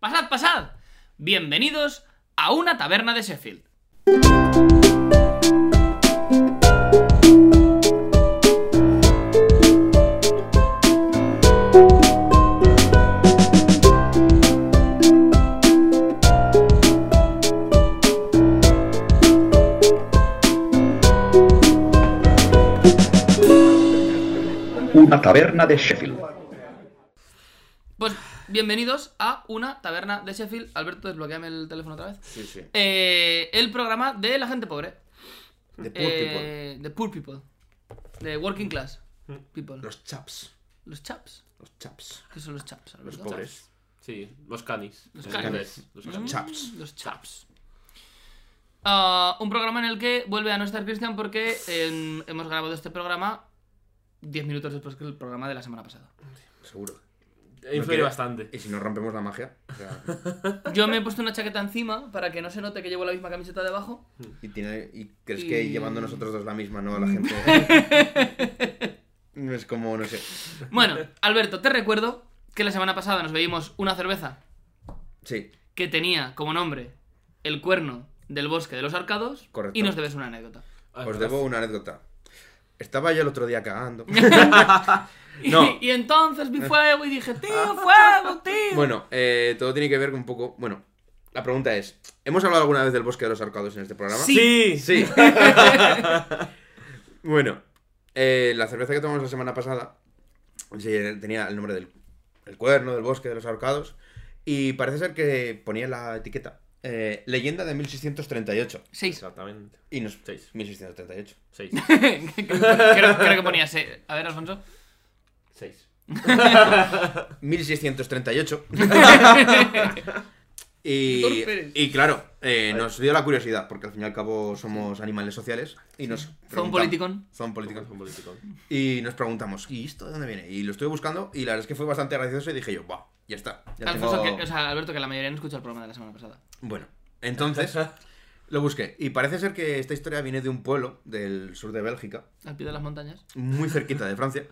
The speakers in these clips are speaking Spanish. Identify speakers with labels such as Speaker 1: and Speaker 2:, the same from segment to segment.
Speaker 1: Pasad, pasad. Bienvenidos a una taberna de Sheffield.
Speaker 2: Una taberna de Sheffield.
Speaker 1: Pues bienvenidos a una taberna de Sheffield. Alberto, desbloqueame el teléfono otra vez.
Speaker 3: Sí, sí.
Speaker 1: Eh, el programa de la gente pobre.
Speaker 3: De poor people.
Speaker 1: Eh, The poor people. The working class people. Los,
Speaker 3: Los chaps.
Speaker 1: chaps.
Speaker 3: Los chaps.
Speaker 1: ¿Qué son los chaps? Alberto?
Speaker 3: Los pobres.
Speaker 4: Sí, los canis.
Speaker 1: Los
Speaker 4: En
Speaker 1: canis.
Speaker 4: inglés, Los
Speaker 1: Mm,
Speaker 4: canis.
Speaker 3: chaps.
Speaker 1: Los chaps. Ah, un programa en el que vuelve a no estar Cristian porque em, hemos grabado este programa 10 minutos después que el programa de la semana pasada.
Speaker 3: Seguro.
Speaker 4: E Influye
Speaker 3: quiero-
Speaker 4: bastante.
Speaker 3: Y si nos rompemos la magia. O sea,
Speaker 1: Yo me he puesto una chaqueta encima para que no se note que llevo la misma camiseta debajo.
Speaker 3: y, tiene- y crees
Speaker 1: Y-
Speaker 3: que llevando nosotros dos la misma, ¿no? La gente. no es como, no sé.
Speaker 1: Bueno, Alberto, te recuerdo que la semana pasada nos bebimos una cerveza
Speaker 3: Sí,
Speaker 1: que tenía como nombre El cuerno del bosque de los arcados
Speaker 3: Correcto.
Speaker 1: y nos debes una anécdota.
Speaker 4: Ah, es
Speaker 3: os
Speaker 4: verdad.
Speaker 3: debo una anécdota. Estaba yo el otro día cagando.
Speaker 1: Y, y entonces vi fuego y dije, tío, fuego, tío.
Speaker 3: Bueno, eh, todo tiene que ver con un poco. Bueno, la pregunta es: ¿hemos hablado alguna vez del bosque de los arcados en este programa?
Speaker 4: Sí.
Speaker 3: Sí. bueno, eh, la cerveza que tomamos la semana pasada sí, eh, tenía el nombre del el cuerno, del bosque, de los ahorcados. Y parece ser que ponía la etiqueta. eh, leyenda de 1638.
Speaker 1: Seis.
Speaker 4: Exactamente.
Speaker 3: Y nos...
Speaker 4: Seis.
Speaker 3: 1638.
Speaker 4: Seis.
Speaker 1: creo, creo que ponía seis. A ver, Alfonso.
Speaker 4: Seis.
Speaker 3: 1638.
Speaker 1: Víctor
Speaker 3: y,
Speaker 1: Pérez.
Speaker 3: y claro, eh, nos dio la curiosidad, porque al fin y al cabo somos animales sociales. Y nos
Speaker 1: Fue un
Speaker 3: preguntam-
Speaker 1: politicón.
Speaker 3: Fue un politicón.
Speaker 4: Un politicón.
Speaker 3: Y nos preguntamos, ¿y esto de dónde viene? Y lo estuve buscando y la verdad es que fue bastante gracioso y dije yo, ¡buah! Ya está. ya
Speaker 1: Alfonso,
Speaker 3: tengo-
Speaker 1: que- o sea, Alberto, que la mayoría no escucha el programa de la semana pasada.
Speaker 3: Bueno, entonces lo busqué. Y parece ser que esta historia viene de un pueblo del sur de Bélgica,
Speaker 1: Al pie de las montañas.
Speaker 3: muy cerquita de Francia.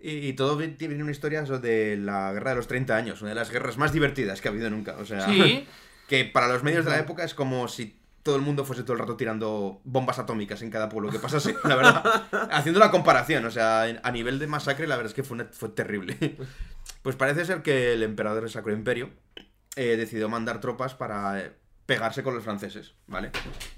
Speaker 3: Y, y todo vi- tiene una historia de la guerra de los 30 años, una de las guerras más divertidas que ha habido nunca. O sea,
Speaker 1: Sí.
Speaker 3: que para los medios de la época es como si todo el mundo fuese todo el rato tirando bombas atómicas en cada pueblo que pasase, la verdad. Haciendo la comparación, o sea, en- a nivel de masacre, la verdad es que fue, una- fue terrible. Pues parece ser que el emperador del Sacro Imperio eh, decidió mandar tropas para eh, pegarse con los franceses, ¿vale?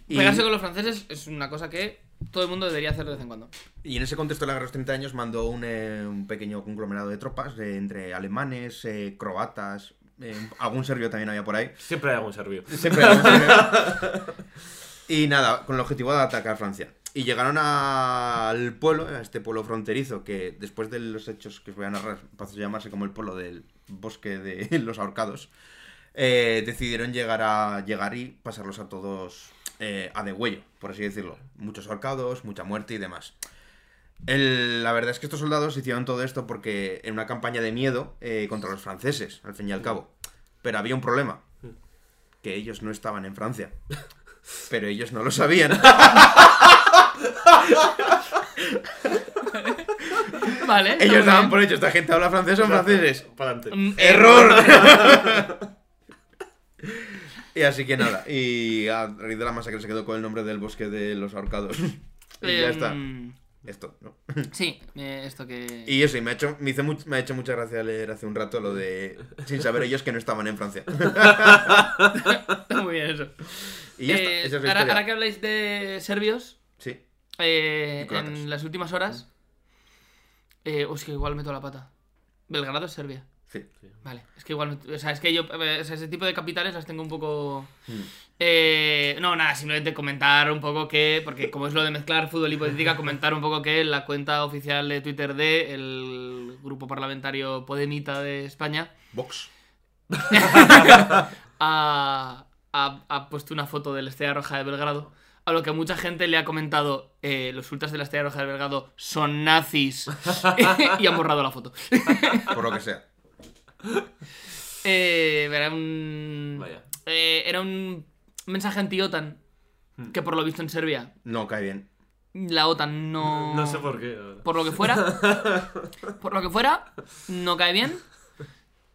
Speaker 3: Y,
Speaker 1: Pegarse con los franceses es una cosa que todo el mundo debería hacer de vez en cuando.
Speaker 3: y en ese contexto de la guerra de los 30 años mandó un, eh, un pequeño conglomerado de tropas eh, entre alemanes, eh, croatas, eh, algún serbio también había por ahí.
Speaker 4: Siempre hay algún servido.
Speaker 3: Siempre. siempre. y nada, con el objetivo de atacar Francia. Y llegaron a- al pueblo, a este pueblo fronterizo, que después de los hechos que os voy a narrar, pasó a llamarse como el pueblo del bosque de los ahorcados, eh, decidieron llegar a llegar y pasarlos a todos eh, a degüello, por así decirlo. Muchos ahorcados, mucha muerte y demás. El- la verdad es que estos soldados hicieron todo esto porque en una campaña de miedo eh, contra los franceses, al fin y al cabo. Pero había un problema, que ellos no estaban en Francia. Pero ellos no lo sabían.
Speaker 1: Vale. está
Speaker 3: Ellos
Speaker 1: muy
Speaker 3: daban
Speaker 1: bien.
Speaker 3: por hecho, esta gente habla francés, son franceses.
Speaker 4: Para adelante.
Speaker 1: Mm,
Speaker 3: ¡Error! y así que nada, y a raíz de la masacre se quedó con el nombre del bosque de los ahorcados. y ya está.
Speaker 1: Em,
Speaker 3: Esto, ¿no?
Speaker 1: Sí, eh, esto que.
Speaker 3: Y eso, y me ha hecho, me hizo much- me ha hecho mucha gracia leer hace un rato lo de. Sin saber ellos que no estaban en Francia.
Speaker 1: Está muy bien eso.
Speaker 3: Y ya está,
Speaker 1: Eh,
Speaker 3: esa es
Speaker 1: ahora,
Speaker 3: la historia.
Speaker 1: ahora que habláis de serbios,
Speaker 3: Sí.
Speaker 1: eh,
Speaker 3: Y croatas.
Speaker 1: en las últimas horas. Eh, oh, es que igual meto la pata. Belgrado es Serbia.
Speaker 3: Sí.
Speaker 1: Vale, es que igual. O sea, es que yo. eh, o sea, ese tipo de capitales las tengo un poco.
Speaker 3: Hmm.
Speaker 1: Eh, no, nada, simplemente comentar un poco que. Porque como es lo de mezclar fútbol y política, comentar un poco que la cuenta oficial de Twitter de el grupo parlamentario Podemita de España
Speaker 3: Vox.
Speaker 1: ha, ha- ha puesto una foto de la Estrella Roja de Belgrado. A lo que mucha gente le ha comentado, eh, los ultras de la Estrella Roja de Belgrado son nazis. y han borrado la foto.
Speaker 3: Por lo que sea.
Speaker 1: Eh, era un.
Speaker 4: Vaya.
Speaker 1: eh, era un mensaje anti-OTAN.
Speaker 4: Hmm.
Speaker 1: Que por lo visto en Serbia,
Speaker 3: No cae bien.
Speaker 1: la OTAN no.
Speaker 4: No sé eh. por qué. la verdad.
Speaker 1: Por lo que fuera. por lo que fuera, no cae bien.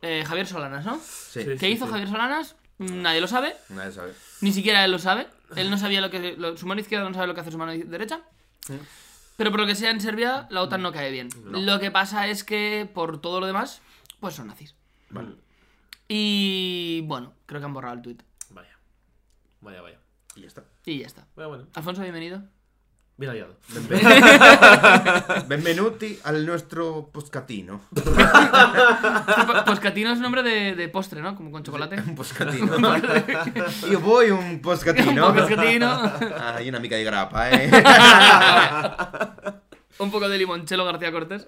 Speaker 1: eh, Javier Solanas, ¿no?
Speaker 3: Sí.
Speaker 4: Sí.
Speaker 1: ¿Qué hizo Javier Solanas? Mm, Nadie lo sabe,
Speaker 3: Nadie sabe.
Speaker 1: ni siquiera él lo sabe. Él no sabía lo que. lo- su mano izquierda no sabe lo que hace su mano derecha. Pero por lo que sea en Serbia, la OTAN no cae bien. Lo que pasa es que por todo lo demás, pues son nazis.
Speaker 3: Vale.
Speaker 1: Y bueno, creo que han borrado el tweet.
Speaker 4: Vaya. Vaya, vaya.
Speaker 3: Y ya está.
Speaker 1: Y ya está.
Speaker 4: Bueno, bueno.
Speaker 1: Alfonso, bienvenido.
Speaker 4: Bien hallado.
Speaker 3: Benvenuti al nuestro poscatino.
Speaker 1: Pues Catino es nombre de, de postre, ¿no? Como con chocolate.
Speaker 3: Un poscatino. Yo voy un poscatino.
Speaker 1: Un poscatino.
Speaker 3: Ah, Hay una mica de grapa, eh.
Speaker 1: Un poco de limonchelo García Cortés.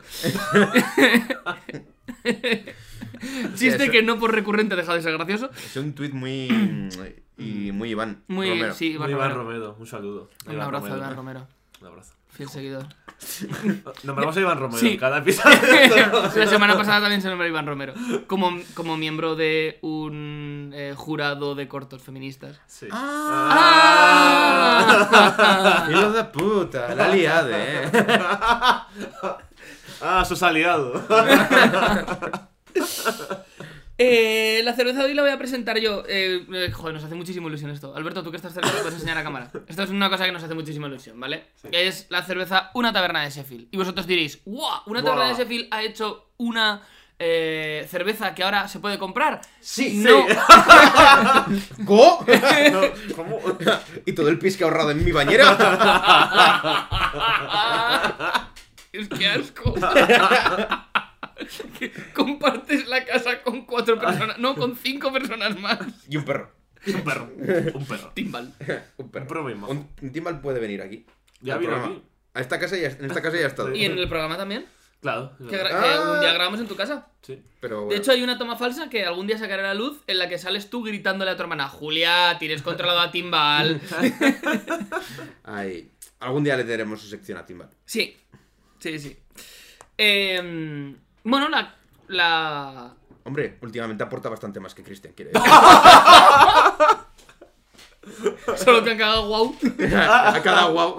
Speaker 1: Chiste
Speaker 3: eso-
Speaker 1: que no por recurrente deja de ser gracioso.
Speaker 3: Es un tuit muy. y muy Iván.
Speaker 1: Muy
Speaker 3: Romero.
Speaker 1: sí, Iván
Speaker 4: Muy Iván
Speaker 1: Romero.
Speaker 4: Romero, un saludo.
Speaker 1: Un abrazo a Iván Romero,
Speaker 4: Un abrazo.
Speaker 1: fiel seguidor.
Speaker 4: Nombramos a Iván Romero
Speaker 1: Sí.
Speaker 4: en cada episodio.
Speaker 1: La semana pasada también se nombró Iván Romero, como, como miembro de un eh, jurado de cortos feministas.
Speaker 4: Sí. Ah,
Speaker 1: ¡Ah!
Speaker 3: Hijo de puta, la ha liado, eh.
Speaker 4: Ah, sos aliado.
Speaker 1: Eh, la cerveza de hoy la voy a presentar yo. Eh, eh, joder, nos hace muchísima ilusión esto. Alberto, tú que estás cerca, lo puedes enseñar a cámara. Esto es una cosa que nos hace muchísima ilusión, ¿vale? Que es la cerveza Una Taberna de Sheffield. Y vosotros diréis, ¡guau! Una Taberna
Speaker 4: Guau.
Speaker 1: de Sheffield ha hecho una eh, cerveza que ahora se puede comprar.
Speaker 3: Sí,
Speaker 1: No,
Speaker 3: ¿Go?
Speaker 4: No, ¿Cómo?
Speaker 3: Y todo el pis que he ahorrado en mi bañera.
Speaker 1: es que asco. Que Compartes la casa con cuatro personas, no, con cinco personas más.
Speaker 3: Y un perro.
Speaker 4: Un perro. Un perro.
Speaker 1: Timbal.
Speaker 3: Un perro.
Speaker 4: Un perro mismo.
Speaker 3: Un, un timbal puede venir aquí.
Speaker 4: Ya
Speaker 3: Al
Speaker 4: vino
Speaker 3: programa.
Speaker 4: aquí.
Speaker 3: A esta casa ya, en
Speaker 1: Ah,
Speaker 3: esta casa ya ha estado.
Speaker 1: Y en el programa también,
Speaker 4: Claro.
Speaker 1: que, gra- que
Speaker 3: Ah.
Speaker 1: un día grabamos en tu casa.
Speaker 4: Sí.
Speaker 3: Pero bueno.
Speaker 1: De hecho, hay una toma falsa que algún día sacará a la luz en la que sales tú gritándole a tu hermana, Julia, tienes controlado a Timbal.
Speaker 3: Ay, algún día le daremos su sección a timbal.
Speaker 1: Sí, sí, sí. Eh, bueno, la, la...
Speaker 3: Hombre, últimamente aporta bastante más que Cristian, quiere
Speaker 1: Solo que han cagado guau.
Speaker 3: a cada guau.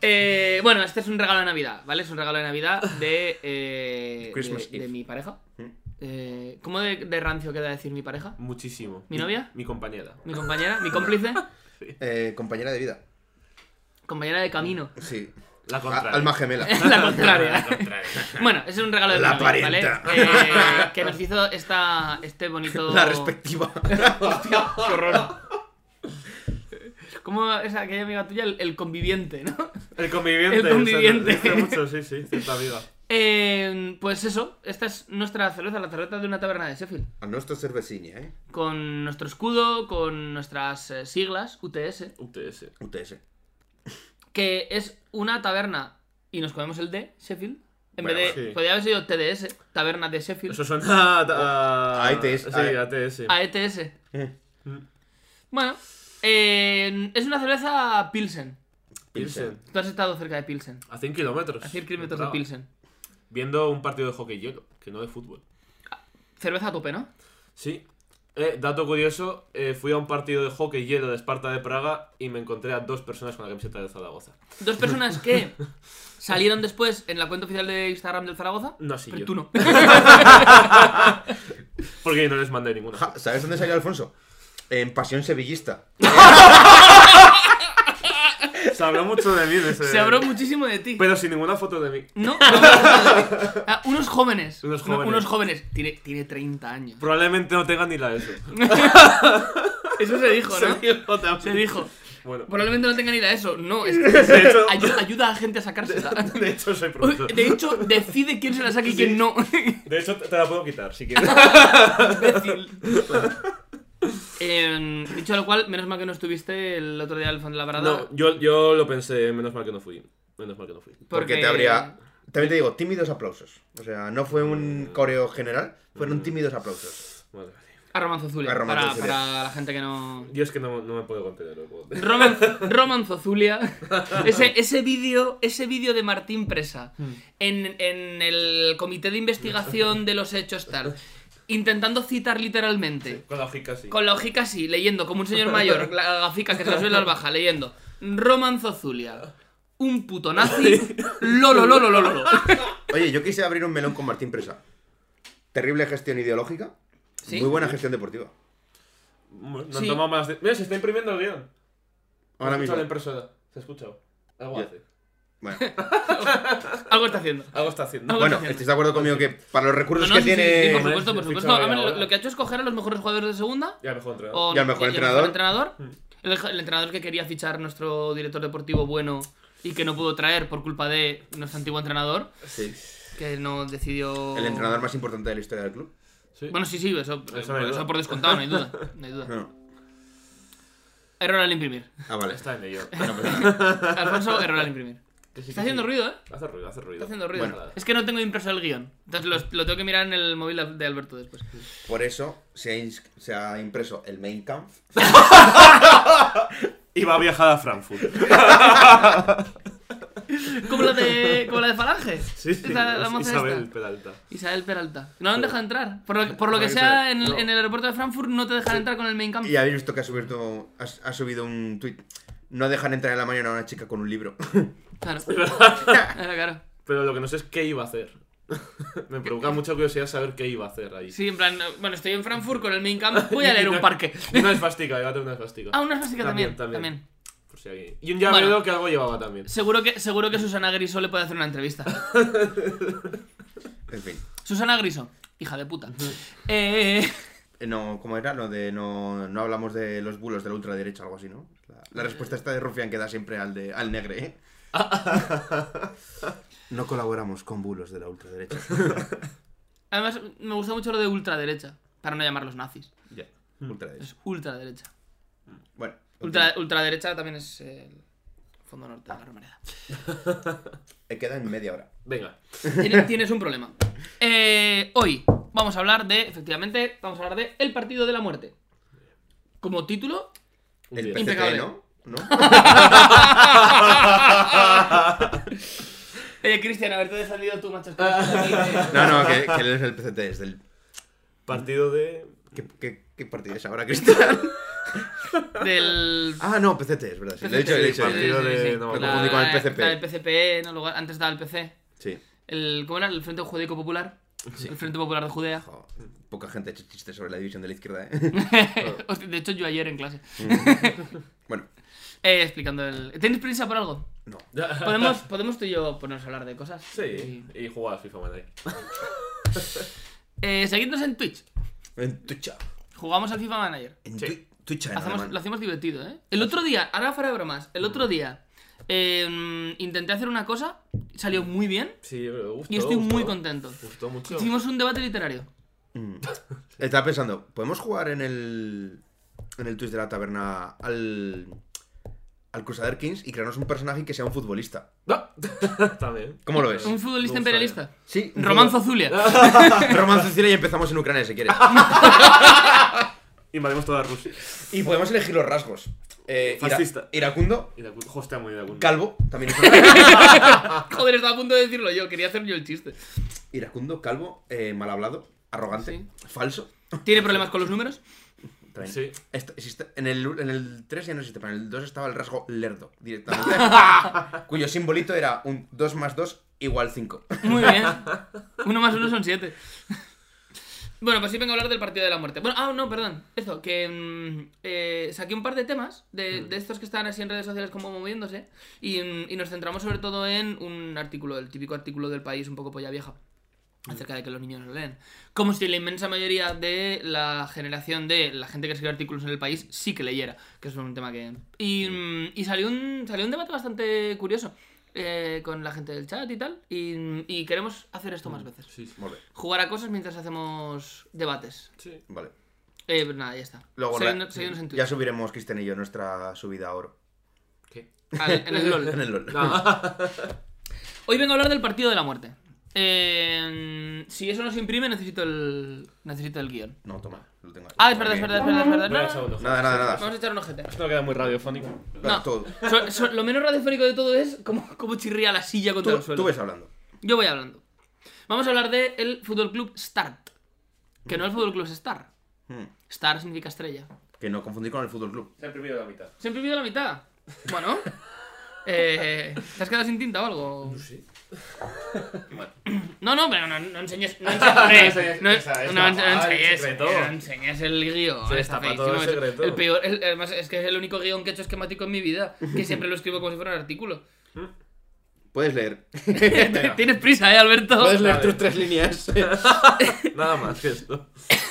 Speaker 1: Eh, bueno, este es un regalo de Navidad, ¿vale? Es un regalo de Navidad de... eh,
Speaker 3: Christmas
Speaker 1: de,
Speaker 3: Eve.
Speaker 1: de mi pareja.
Speaker 3: Mm.
Speaker 1: Eh, ¿Cómo de, de rancio queda decir mi pareja?
Speaker 4: Muchísimo.
Speaker 1: ¿Mi novia?
Speaker 4: Mi compañera.
Speaker 1: ¿Mi compañera? ¿Mi cómplice?
Speaker 3: Eh, compañera de vida.
Speaker 1: Compañera de camino.
Speaker 3: Sí.
Speaker 4: La
Speaker 3: A-
Speaker 1: eh.
Speaker 4: contraria.
Speaker 3: alma gemela.
Speaker 1: La contraria.
Speaker 4: La contraria.
Speaker 1: Bueno, es un regalo de
Speaker 3: La
Speaker 1: Navidad, ¿vale?
Speaker 3: parienta.
Speaker 1: Eh, que nos hizo esta, este bonito...
Speaker 3: La respectiva.
Speaker 1: Hostia, qué horror. ¿Cómo es aquella amiga tuya? El, el conviviente, ¿no?
Speaker 4: El conviviente.
Speaker 1: El conviviente.
Speaker 4: o sea, dice mucho, sí, sí. Cierta vida.
Speaker 1: Eh, pues eso, esta es nuestra cerveza, la cerveza de una taberna de Sheffield.
Speaker 3: A nuestro cerveciña, eh.
Speaker 1: Con nuestro escudo, con nuestras eh, siglas, UTS,
Speaker 4: UTS.
Speaker 3: UTS.
Speaker 1: que es una taberna y nos comemos el D, Sheffield. En
Speaker 3: Bueno,
Speaker 1: vez de.
Speaker 4: sí.
Speaker 1: Podría haber sido TDS, taberna de Sheffield.
Speaker 4: Eso suena a... E
Speaker 3: A ITS.
Speaker 4: Sí,
Speaker 3: A-
Speaker 4: ATS.
Speaker 1: AETS.
Speaker 3: Eh.
Speaker 1: E Bueno, eh, es una cerveza Pilsen.
Speaker 4: Pilsen.
Speaker 1: Tú has estado cerca de Pilsen.
Speaker 4: A 100 kilómetros.
Speaker 1: A 100 kilómetros de
Speaker 4: Claro.
Speaker 1: Pilsen.
Speaker 4: Viendo un partido de hockey hielo, que no de fútbol.
Speaker 1: Cerveza a tope, ¿no?
Speaker 4: Sí. Eh, dato curioso, eh, fui a un partido de hockey hielo de Esparta de Praga y me encontré a dos personas con la camiseta de Zaragoza.
Speaker 1: Dos personas que salieron después en la cuenta oficial de Instagram del Zaragoza.
Speaker 4: No, sí,
Speaker 1: pero
Speaker 4: yo.
Speaker 1: tú no.
Speaker 4: Porque yo no les mandé ninguna.
Speaker 3: Ja, ¿Sabes dónde salió Alfonso? En Pasión Sevillista.
Speaker 4: Se habló mucho de mí. de ese-
Speaker 1: Se habló muchísimo de ti.
Speaker 4: Pero sin ninguna foto de mí.
Speaker 1: No, no, no, no, no. Ah, unos jóvenes.
Speaker 4: Unos
Speaker 1: No,
Speaker 4: jóvenes.
Speaker 1: Unos jóvenes. Tiene, tiene 30 años.
Speaker 4: Probablemente no tenga ni la de eso.
Speaker 1: Eso se dijo, ¿no?
Speaker 4: Se dijo también.
Speaker 1: Se dijo.
Speaker 4: Bueno,
Speaker 1: Probablemente no tengan ni idea de eso. No, es
Speaker 4: de hecho,
Speaker 1: ayu- ayuda a gente a sacársela.
Speaker 4: de hecho soy
Speaker 1: Uy,
Speaker 4: profesor.
Speaker 1: De hecho, decide quién se la saque y quién no.
Speaker 4: De hecho, te la puedo quitar si quieres.
Speaker 1: Eh, dicho lo cual, menos mal que no estuviste el otro día al fondo de la parada.
Speaker 4: No, yo, yo lo pensé, menos mal que no fui. Menos mal que no fui.
Speaker 3: Porque te habría. También te digo, tímidos aplausos. O sea, no fue
Speaker 1: Mm.
Speaker 3: un coreo general, fueron tímidos aplausos.
Speaker 4: Vale, vale.
Speaker 1: A Romanzo Zulia.
Speaker 3: A Romanzo
Speaker 1: para,
Speaker 3: Zulia.
Speaker 1: para la gente que no.
Speaker 4: Yo es que no, no me puedo contener. no puedo.
Speaker 1: Roman, Romanzo Zulia. Ese, ese vídeo ese vídeo de Martín Presa
Speaker 3: Hmm.
Speaker 1: en, en el comité de investigación de los hechos tal. Intentando citar literalmente.
Speaker 4: Con la hojica sí.
Speaker 1: Con la hojica así, leyendo como un señor mayor, la gafica que se la sube y la baja, leyendo. Romanzo Zulia. Un puto nazi. Lolo, lolo, lolo, lolo.
Speaker 3: Oye, yo quise abrir un melón con Martín Presa. terrible gestión ideológica,
Speaker 1: Sí.
Speaker 3: muy buena gestión deportiva.
Speaker 4: No han
Speaker 1: Sí.
Speaker 4: tomado más. de- Mira, se está imprimiendo el guión.
Speaker 1: Pues
Speaker 3: Ahora
Speaker 4: Se ha escuchado
Speaker 3: mismo.
Speaker 4: la impresora. Se ha escuchado. Algo
Speaker 3: Ya.
Speaker 4: hace.
Speaker 3: Bueno,
Speaker 1: Algo está haciendo.
Speaker 4: Algo está haciendo.
Speaker 1: Algo
Speaker 3: bueno
Speaker 1: está haciendo.
Speaker 3: estáis de acuerdo conmigo que para los
Speaker 1: No,
Speaker 3: recursos
Speaker 1: no,
Speaker 3: que
Speaker 1: sí, sí,
Speaker 3: tiene.
Speaker 1: sí, por
Speaker 4: hombre,
Speaker 1: supuesto, por
Speaker 4: fichado
Speaker 1: supuesto. A ver,
Speaker 4: ahora.
Speaker 1: lo, lo que ha hecho es coger a los mejores jugadores de segunda.
Speaker 4: Ya mejor entrenador.
Speaker 1: O,
Speaker 3: Y al mejor entrenador. Mm.
Speaker 1: entrenador. El, el entrenador que quería fichar nuestro director deportivo bueno y que no pudo traer por culpa de nuestro antiguo entrenador,
Speaker 3: Sí,
Speaker 1: que no decidió...
Speaker 3: el entrenador más importante de la historia del club.
Speaker 4: Sí.
Speaker 1: Bueno, sí, sí, eso,
Speaker 4: no hay
Speaker 1: eso,
Speaker 4: duda.
Speaker 1: por descontado, no hay duda. No hay duda.
Speaker 3: No.
Speaker 1: Error al imprimir.
Speaker 3: Ah, vale.
Speaker 4: Está en ello.
Speaker 1: Alfonso, error al imprimir. Está haciendo ruido, ¿eh?
Speaker 4: Hace ruido, hace ruido.
Speaker 1: Está haciendo ruido.
Speaker 4: Bueno.
Speaker 1: Es que no tengo impreso el guión. Entonces los- lo tengo que mirar en el móvil de Alberto después.
Speaker 3: Por eso se ha, ins- se ha impreso el main camp.
Speaker 4: Y va a viajar a Frankfurt.
Speaker 1: Como la de, como la de Falange.
Speaker 4: Sí, sí.
Speaker 1: Esa- la
Speaker 4: es
Speaker 1: moza
Speaker 4: Isabel
Speaker 1: esta.
Speaker 4: Peralta.
Speaker 1: Isabel Peralta. No la han dejado entrar. Por lo, por lo
Speaker 3: No,
Speaker 1: que
Speaker 3: yo
Speaker 1: sea,
Speaker 3: sé.
Speaker 1: en, el-
Speaker 4: No.
Speaker 1: en el aeropuerto de Frankfurt no te dejan entrar con el main camp.
Speaker 3: Y habéis visto que ha subido, ha, ha subido un tweet. No dejan entrar en la mañana a una chica con un libro.
Speaker 1: Claro. Claro, claro.
Speaker 4: Pero lo que no sé es qué iba a hacer. Me provoca mucha curiosidad saber qué iba a hacer ahí.
Speaker 1: Sí, en plan, bueno, estoy en Frankfurt con el main camp, voy a leer un parque.
Speaker 4: Una esfástica, iba a tener una esfástica.
Speaker 1: Ah, una esvástica también,
Speaker 4: También,
Speaker 1: también.
Speaker 4: también. Por si alguien- Y un llavero
Speaker 1: Bueno.
Speaker 4: que algo llevaba también.
Speaker 1: Seguro que, seguro que Susana Griso le puede hacer una entrevista.
Speaker 3: En fin.
Speaker 1: Susana Griso, hija de puta. Eh,
Speaker 3: Eh, No, ¿cómo era? Lo de no, no hablamos de los bulos de la ultraderecha o algo así, ¿no? La, la respuesta está de Rufián que da siempre al, de, al negre, ¿eh? No colaboramos con bulos de la ultraderecha.
Speaker 1: además, me gusta mucho lo de ultraderecha, para no llamarlos nazis.
Speaker 3: Ya, ultraderecha.
Speaker 1: Es ultraderecha.
Speaker 3: Bueno,
Speaker 1: Ultra, ultraderecha también es el fondo norte de la Romareda.
Speaker 3: eh, queda en media hora.
Speaker 4: Venga.
Speaker 1: Tienes, tienes un problema. Eh, hoy vamos a hablar de, efectivamente, vamos a hablar de El Partido de la Muerte. Como título,
Speaker 4: un
Speaker 3: El
Speaker 4: diez.
Speaker 1: PC.
Speaker 3: PCT,
Speaker 1: Impecable.
Speaker 3: ¿no? ¿No?
Speaker 1: eh, Cristian, haberte defendido tú, macho. es que no sé aquí, eh.
Speaker 3: No, no, que, que él es el PCT, es del...
Speaker 4: Partido de.
Speaker 3: ¿Qué, qué, qué partido es ahora, Cristian?
Speaker 1: Del.
Speaker 3: Ah, no, PCT, es verdad. Sí, lo he dicho, lo he
Speaker 4: Sí,
Speaker 3: dicho.
Speaker 1: Sí, sí,
Speaker 4: partido
Speaker 1: sí,
Speaker 4: de-
Speaker 1: sí.
Speaker 4: no,
Speaker 1: La-
Speaker 4: me
Speaker 3: confundí con el PCP.
Speaker 1: La del PCP, no, luego- antes estaba el PC.
Speaker 3: Sí.
Speaker 1: El, ¿Cómo era? El Frente Judaico Popular. El Frente Popular de Judea.
Speaker 3: Jo, poca gente ha hecho chistes sobre la división de la izquierda, ¿eh?
Speaker 4: Ah,
Speaker 1: Hostia, de hecho, yo ayer en clase.
Speaker 3: Bueno,
Speaker 1: Eh, explicando el. ¿Tenéis prisa por algo?
Speaker 3: no.
Speaker 1: ¿Podemos, podemos tú y yo ponernos a hablar de cosas.
Speaker 4: Sí, y jugar al FIFA Manager.
Speaker 1: Y- Eh, seguidnos en Twitch.
Speaker 3: En Twitcha.
Speaker 1: Jugamos al FIFA Manager.
Speaker 3: En
Speaker 4: Sí.
Speaker 3: Twi- Twitcha, en
Speaker 1: Hacemos,
Speaker 3: alemán.
Speaker 1: lo hacemos divertido, ¿eh? El otro día, ahora fuera de bromas, el
Speaker 4: Mm.
Speaker 1: otro día eh, intenté hacer una cosa, salió muy bien
Speaker 4: Sí, yo creo que gustó.
Speaker 1: y estoy muy
Speaker 4: gustó.
Speaker 1: contento.
Speaker 4: Gustó mucho.
Speaker 1: Hicimos un debate literario.
Speaker 3: Mm. Estaba pensando, ¿podemos jugar en el. en el Twitch de la taberna al. al Crusader Kings y crearnos un personaje que sea un futbolista?
Speaker 4: No. ¡Ah! También.
Speaker 3: ¿Cómo lo ves?
Speaker 1: Un futbolista
Speaker 4: Me gustaría.
Speaker 1: imperialista.
Speaker 3: Sí. un
Speaker 1: Romanzo Zulia.
Speaker 3: futbolista. Romanzo Cecilia y empezamos en Ucrania si quieres.
Speaker 4: Invadimos toda Rusia.
Speaker 3: Y podemos elegir los rasgos. Eh, ira-
Speaker 4: Fascista.
Speaker 3: iracundo,
Speaker 4: Y de acu- jo, está muy de acuerdo.
Speaker 3: calvo, también es un-
Speaker 1: Joder, estaba a punto de decirlo yo, quería hacer yo el chiste.
Speaker 3: Iracundo, calvo, eh, mal hablado, arrogante, falso.
Speaker 1: ¿Tiene problemas con los números?
Speaker 3: También.
Speaker 4: Sí.
Speaker 3: Esto existe- en, el, en el 3 ya no existe, pero en el 2 estaba el rasgo lerdo directamente. cuyo simbolito era un 2 más 2 igual 5.
Speaker 1: Muy bien. Uno más uno son siete. Bueno, pues sí vengo a hablar del partido de la muerte. Bueno, ah, no, perdón. Esto, que mm, eh, saqué un par de temas de, de estos que están así en redes sociales como moviéndose y, mm, y nos centramos sobre todo en un artículo, el típico artículo del país un poco polla vieja, acerca de que los niños no leen. Como si la inmensa mayoría de la generación de la gente que escribe artículos en el país sí que leyera, que es un tema que... Y, mm, y salió, un, salió un debate bastante curioso eh, con la gente del chat y tal, y, y queremos hacer esto
Speaker 3: Mm,
Speaker 1: más veces.
Speaker 4: Sí, sí.
Speaker 3: Vale,
Speaker 1: Jugar a cosas mientras hacemos debates.
Speaker 4: Sí.
Speaker 3: vale.
Speaker 1: Eh, pues nada, ya está.
Speaker 3: Luego
Speaker 1: Seguidnos-
Speaker 3: la-
Speaker 1: seguidnos en
Speaker 3: ya
Speaker 1: Twitch.
Speaker 3: subiremos Cristian y yo nuestra subida a oro.
Speaker 4: ¿Qué?
Speaker 1: Al- en el LOL. Ah.
Speaker 3: En el LOL.
Speaker 1: Hoy vengo a hablar del partido de la muerte. Eh, si eso no se imprime, necesito el, necesito el guión.
Speaker 3: No, toma, lo tengo. aquí.
Speaker 1: Ah, es verdad, es verdad, es verdad. Es verdad.
Speaker 4: Voy a
Speaker 1: Nada,
Speaker 4: echar un ojo.
Speaker 3: Nada, nada, nada.
Speaker 1: Vamos a echar un ojete.
Speaker 4: Esto no queda muy radiofónico.
Speaker 3: Vale,
Speaker 1: No.
Speaker 3: todo.
Speaker 1: So- so- lo menos radiofónico de todo es cómo, cómo chirría la silla contra el
Speaker 3: Tú,
Speaker 1: suelo.
Speaker 3: tú ves hablando.
Speaker 1: Yo voy hablando. Vamos a hablar del el Fútbol Club Start. Que no el Fútbol Club Star.
Speaker 3: Hmm.
Speaker 1: Star significa estrella.
Speaker 3: Que no confundir con el fútbol club.
Speaker 4: Se ha imprimido la mitad.
Speaker 1: Se han imprimido la mitad. Bueno. Eh, ¿Te has quedado sin tinta o algo?
Speaker 4: Sí.
Speaker 1: No, no, pero no, no enseñes. No
Speaker 4: No
Speaker 1: enseñes,
Speaker 4: enseñes-
Speaker 1: no,
Speaker 4: esa es
Speaker 1: no,
Speaker 4: la-
Speaker 1: no
Speaker 4: ah, el
Speaker 1: enseñes,
Speaker 4: secreto.
Speaker 1: tío, no enseñes el guión.
Speaker 4: Se
Speaker 1: está
Speaker 4: destapa
Speaker 1: feísimo,
Speaker 4: todo el
Speaker 1: es
Speaker 4: secreto.
Speaker 1: el peor, el- además es que es el único guión que he hecho esquemático en mi vida, que siempre lo escribo como si fuera un artículo.
Speaker 3: Puedes leer.
Speaker 1: Tienes prisa, eh, Alberto.
Speaker 3: Puedes leer
Speaker 4: Vale.
Speaker 3: tus tres líneas.
Speaker 4: Nada más que esto.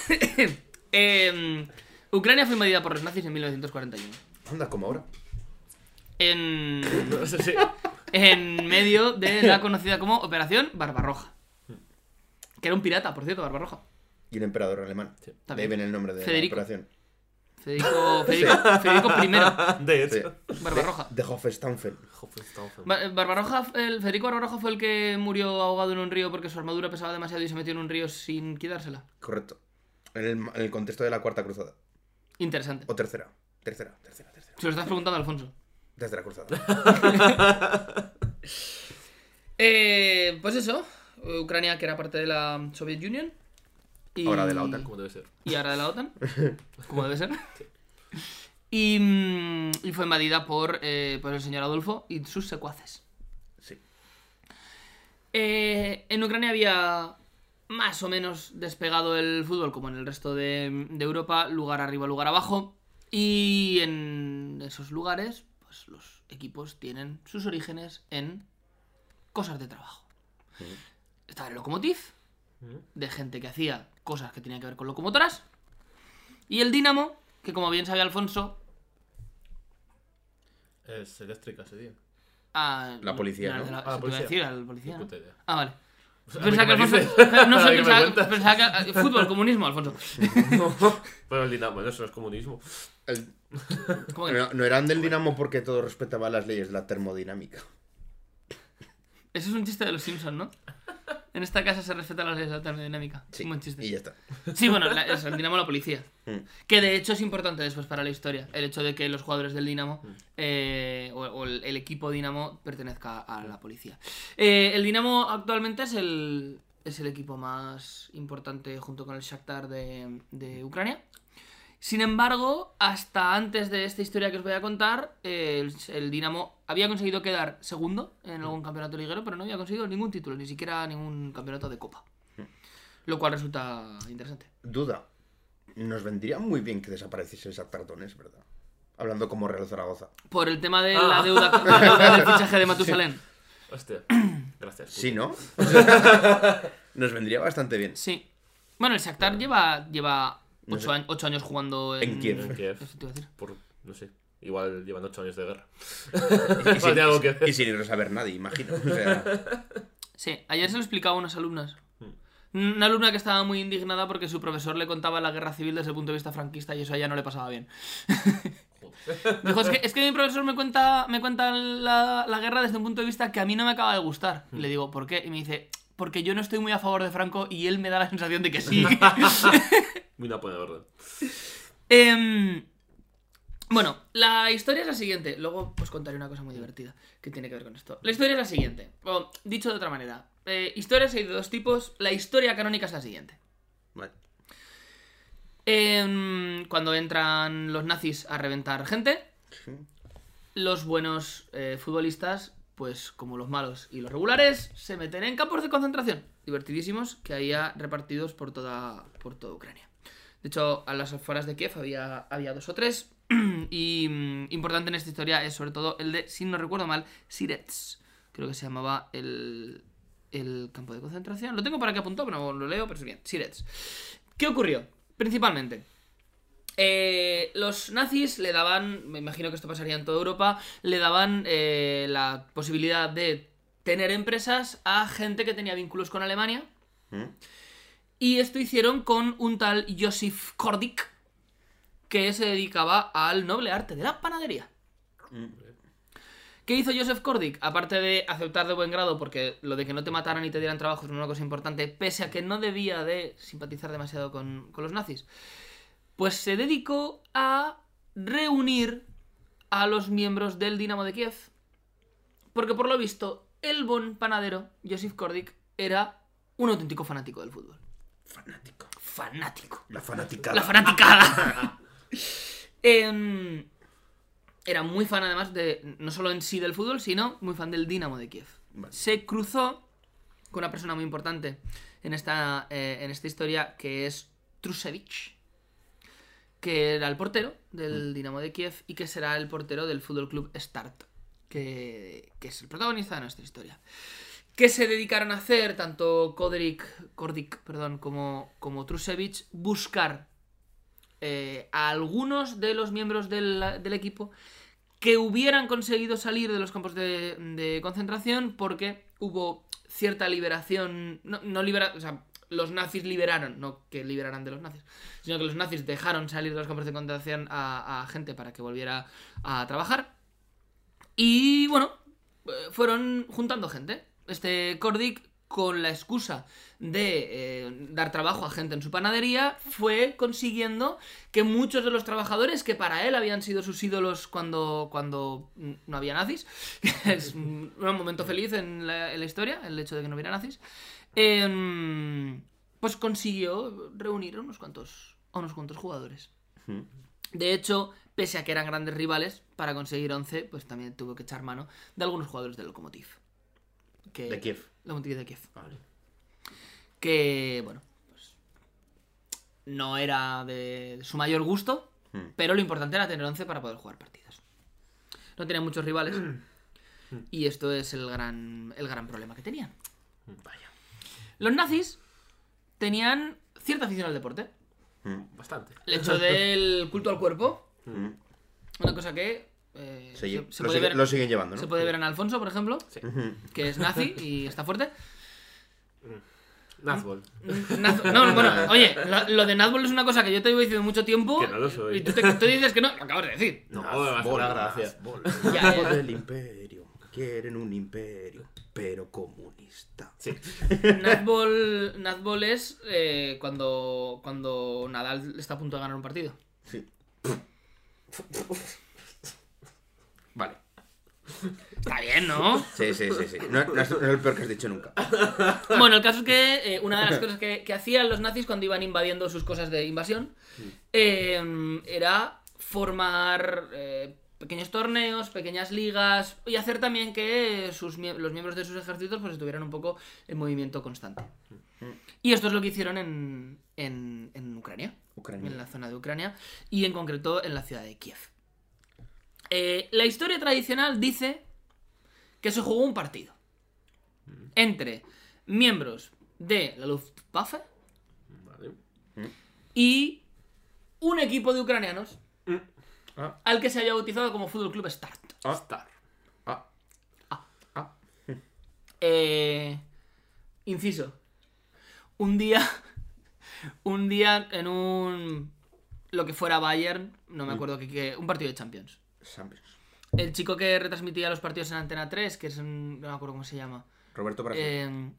Speaker 1: Em, Ucrania fue invadida por los nazis en 1941.
Speaker 3: Anda, como ahora.
Speaker 1: En,
Speaker 4: No sé si-
Speaker 1: en medio de la conocida como Operación Barbarroja. Que era un pirata, por cierto, Barbarroja.
Speaker 3: Y un emperador alemán. De ahí
Speaker 1: también.
Speaker 3: viene el nombre de
Speaker 1: Federico.
Speaker 3: la operación.
Speaker 1: Federico, Federico, Federico I.
Speaker 4: De
Speaker 3: Sí.
Speaker 4: hecho.
Speaker 1: Barbarroja.
Speaker 3: De Hofstaufen.
Speaker 4: Hoffenstaufen.
Speaker 1: Ba- Barbarroja, el Federico Barbarroja fue el que murió ahogado en un río porque su armadura pesaba demasiado y se metió en un río sin quitársela.
Speaker 3: Correcto. En el, en el contexto de la Cuarta Cruzada.
Speaker 1: Interesante.
Speaker 3: O tercera. Tercera, tercera, tercera.
Speaker 1: Se lo estás preguntando a Alfonso.
Speaker 3: Tercera cruzada.
Speaker 1: Eh, pues eso, Ucrania que era parte de la Soviet Union. Y...
Speaker 3: Ahora de la OTAN.
Speaker 4: Como debe ser.
Speaker 1: Y ahora de la OTAN, como debe ser. Y, mm, y fue invadida por, eh, por el señor Adolfo y sus secuaces.
Speaker 3: Sí.
Speaker 1: Eh, en Ucrania había más o menos despegado el fútbol, como en el resto de, de Europa, lugar arriba, lugar abajo. Y en esos lugares, pues los equipos tienen sus orígenes en cosas de trabajo. Estaba el Lokomotiv, de gente que hacía cosas que tenían que ver con locomotoras. Y el Dinamo, que como bien sabe Alfonso,
Speaker 5: Es eléctrica ese día.
Speaker 1: a-
Speaker 3: La policía,
Speaker 1: era
Speaker 3: ¿no?
Speaker 1: de
Speaker 5: Ah, la
Speaker 1: se puede
Speaker 5: policía.
Speaker 1: decir al policía.
Speaker 5: Qué
Speaker 1: ¿no?
Speaker 5: puta idea.
Speaker 1: Ah, vale.
Speaker 5: sea,
Speaker 1: Pensaba
Speaker 5: ¿qué
Speaker 1: que
Speaker 5: me
Speaker 1: Alfonso. No
Speaker 5: ¿A
Speaker 1: sé,
Speaker 5: mí qué me
Speaker 1: pensaba,
Speaker 5: cuentas?
Speaker 1: pensaba que. ah, Fútbol, comunismo, Alfonso.
Speaker 4: Pero el dinamo, eso no es comunismo.
Speaker 3: El-
Speaker 1: ¿Cómo que no?
Speaker 3: no, no eran del Dinamo porque todo respetaba las leyes de la termodinámica.
Speaker 1: Eso es un chiste de los Simpsons, ¿no? En esta casa se respeta las leyes de la termodinámica.
Speaker 3: Sí.
Speaker 1: Un buen chiste.
Speaker 3: Y ya está.
Speaker 1: Sí, bueno, la- es el Dinamo la policía.
Speaker 3: Mm.
Speaker 1: Que de hecho es importante después para la historia. El hecho de que los jugadores del Dinamo eh, o, o el, el equipo Dinamo pertenezca a la policía. Eh, el Dinamo actualmente es el, es el equipo más importante junto con el Shakhtar de, de Ucrania. Sin embargo, hasta antes de esta historia que os voy a contar, eh, el, el Dinamo había conseguido quedar segundo en algún campeonato liguero, pero no había conseguido ningún título, ni siquiera ningún campeonato de copa. Lo cual resulta interesante.
Speaker 3: Duda. Nos vendría muy bien que desapareciese esa tardones, ¿verdad? Hablando como Real Zaragoza.
Speaker 1: Por el tema de
Speaker 4: Ah.
Speaker 1: la deuda la deuda del fichaje de Matusalén.
Speaker 4: Hostia. Gracias.
Speaker 3: Sí, ¿no? Nos vendría bastante bien.
Speaker 1: Sí. Bueno, el Shakhtar lleva, lleva
Speaker 3: No
Speaker 1: ocho,
Speaker 3: sé.
Speaker 1: año- ocho años jugando en,
Speaker 3: En Kiev.
Speaker 4: En Kiev.
Speaker 1: Eso te iba a decir.
Speaker 4: Por, no sé. Igual llevan 8 años de guerra.
Speaker 3: Y sin,
Speaker 4: Tiene algo que ver.
Speaker 3: y sin irlo a saber nadie, imagino. O sea,
Speaker 1: Sí, ayer se lo explicaba a unas alumnas. Una alumna que estaba muy indignada porque su profesor le contaba la guerra civil desde el punto de vista franquista y eso a ella no le pasaba bien. Dijo, es que, es que mi profesor me cuenta, me cuenta la, la guerra desde un punto de vista que a mí no me acaba de gustar. Y le digo, ¿por qué? Y me dice, porque yo no estoy muy a favor de Franco y él me da la sensación de que sí.
Speaker 4: Muy una pone orden.
Speaker 1: Em, bueno, la historia es la siguiente. Luego os contaré una cosa muy divertida que tiene que ver con esto. La historia es la siguiente. O, dicho de otra manera, eh, historias hay de dos tipos. La historia canónica es la siguiente.
Speaker 3: vale.
Speaker 1: Em, cuando entran los nazis a reventar gente, los buenos eh, futbolistas, pues como los malos y los regulares, se meten en campos de concentración divertidísimos que había repartidos por toda, por toda Ucrania. De hecho, a las afueras de Kiev había, había dos o tres. y mm, importante en esta historia es sobre todo el de, si no recuerdo mal, Sirets. Creo que se llamaba el, el campo de concentración. Lo tengo para que apuntado, pero no lo leo, pero es bien. Sirets. ¿Qué ocurrió? Principalmente, eh, los nazis le daban, me imagino que esto pasaría en toda Europa, le daban eh, la posibilidad de tener empresas a gente que tenía vínculos con Alemania.
Speaker 3: ¿Mm?
Speaker 1: Y esto hicieron con un tal Josef Kordik, que se dedicaba al noble arte de la panadería. ¿Qué hizo Joseph Kordik? Aparte de aceptar de buen grado, porque lo de que no te mataran y te dieran trabajo es una cosa importante, pese a que no debía de simpatizar demasiado con, con los nazis, pues se dedicó a reunir a los miembros del Dinamo de Kiev. Porque por lo visto, el buen panadero, Joseph Kordik, era un auténtico fanático del fútbol.
Speaker 3: Fanático.
Speaker 1: Fanático.
Speaker 3: La fanática.
Speaker 1: La fanaticada. Em, era muy fan además de, no solo en sí del fútbol, sino muy fan del Dinamo de Kiev.
Speaker 3: Vale.
Speaker 1: se cruzó con una persona muy importante en esta, eh, en esta historia, que es Trusevich, que era el portero
Speaker 3: Mm.
Speaker 1: del Dinamo de Kiev y que será el portero del Fútbol Club Start, que, que es el protagonista de nuestra historia. Que se dedicaron a hacer tanto Kodrick, Kordik perdón, como, como Trusevich buscar eh, a algunos de los miembros del, del equipo que hubieran conseguido salir de los campos de, de concentración porque hubo cierta liberación, no, no libera, o sea, los nazis liberaron, no que liberaran de los nazis, sino que los nazis dejaron salir de los campos de concentración a, a gente para que volviera a trabajar. Y bueno, eh, fueron juntando gente. Este Kordik, con la excusa de eh, dar trabajo a gente en su panadería, fue consiguiendo que muchos de los trabajadores que para él habían sido sus ídolos cuando, cuando mm, no había nazis, que es un un momento feliz en la, en la historia, el hecho de que no hubiera nazis, em, pues consiguió reunir a unos cuantos, a unos cuantos jugadores. De hecho, pese a que eran grandes rivales, para conseguir 11, pues también tuvo que echar mano de algunos jugadores del Lokomotiv. Que-
Speaker 3: De Kiev.
Speaker 1: Lokomotiv de Kiev.
Speaker 3: Vale.
Speaker 1: Que, bueno, pues, no era de su mayor gusto,
Speaker 3: Hmm.
Speaker 1: pero lo importante era tener 11 para poder jugar partidos. No tenía muchos rivales.
Speaker 3: Hmm.
Speaker 1: Y esto es el gran, el gran problema que tenían.
Speaker 3: Hmm,
Speaker 4: Vaya.
Speaker 1: Los nazis tenían cierta afición al deporte.
Speaker 3: Mm,
Speaker 4: Bastante.
Speaker 1: El hecho del culto al cuerpo,
Speaker 3: mm.
Speaker 1: una cosa que eh,
Speaker 3: Se
Speaker 1: se,
Speaker 3: lle-
Speaker 1: se
Speaker 3: lo,
Speaker 1: puede
Speaker 3: sigue-
Speaker 1: ver,
Speaker 3: lo siguen llevando, ¿no?
Speaker 1: se puede ver en Alfonso, por ejemplo,
Speaker 3: Ujú.
Speaker 1: que es nazi y está fuerte.
Speaker 4: Nazbol.
Speaker 1: Naz- No, bueno, oye, lo, lo de Nazbol es una cosa que yo te llevo diciendo mucho tiempo.
Speaker 4: Que no lo soy.
Speaker 1: Y tú, te- tú dices que no, lo acabas de decir.
Speaker 4: No,
Speaker 3: Nazbol,
Speaker 4: me hace una gracia.
Speaker 3: Nazbol.
Speaker 1: Ya,
Speaker 3: Hijos
Speaker 1: ya.
Speaker 3: del imperio. Quieren un imperio, pero comunista.
Speaker 4: Sí.
Speaker 1: Nazbol, Nazbol es eh, cuando, cuando Nadal está a punto de ganar un partido.
Speaker 3: Sí. Vale.
Speaker 1: Está bien, ¿no?
Speaker 3: Sí, sí, sí, sí. No, no es no es el peor que has dicho nunca.
Speaker 1: Bueno, el caso es que eh, una de las cosas que, que hacían los nazis cuando iban invadiendo sus cosas de invasión eh, era formar eh, pequeños torneos, pequeñas ligas y hacer también que sus, mie- los miembros de sus ejércitos pues, estuvieran un poco en movimiento constante. Y esto es lo que hicieron en, en- en Ucrania,
Speaker 3: Ucrania.
Speaker 1: en la zona de Ucrania y en concreto en la ciudad de Kiev. Eh, la historia tradicional dice que se jugó un partido entre miembros de la Luftwaffe
Speaker 4: Vale.
Speaker 1: y un equipo de ucranianos
Speaker 3: Ah.
Speaker 1: al que se había bautizado como Fútbol Club Start.
Speaker 4: Star.
Speaker 3: Ah, ah.
Speaker 1: Eh, inciso. Un día, un día en un lo que fuera Bayern, no
Speaker 4: Mm.
Speaker 1: me acuerdo qué, qué- un partido de Champions.
Speaker 3: Champions.
Speaker 1: El chico que retransmitía los partidos en Antena 3, que es un, no me acuerdo cómo se llama.
Speaker 3: Roberto Brasil.
Speaker 1: Em,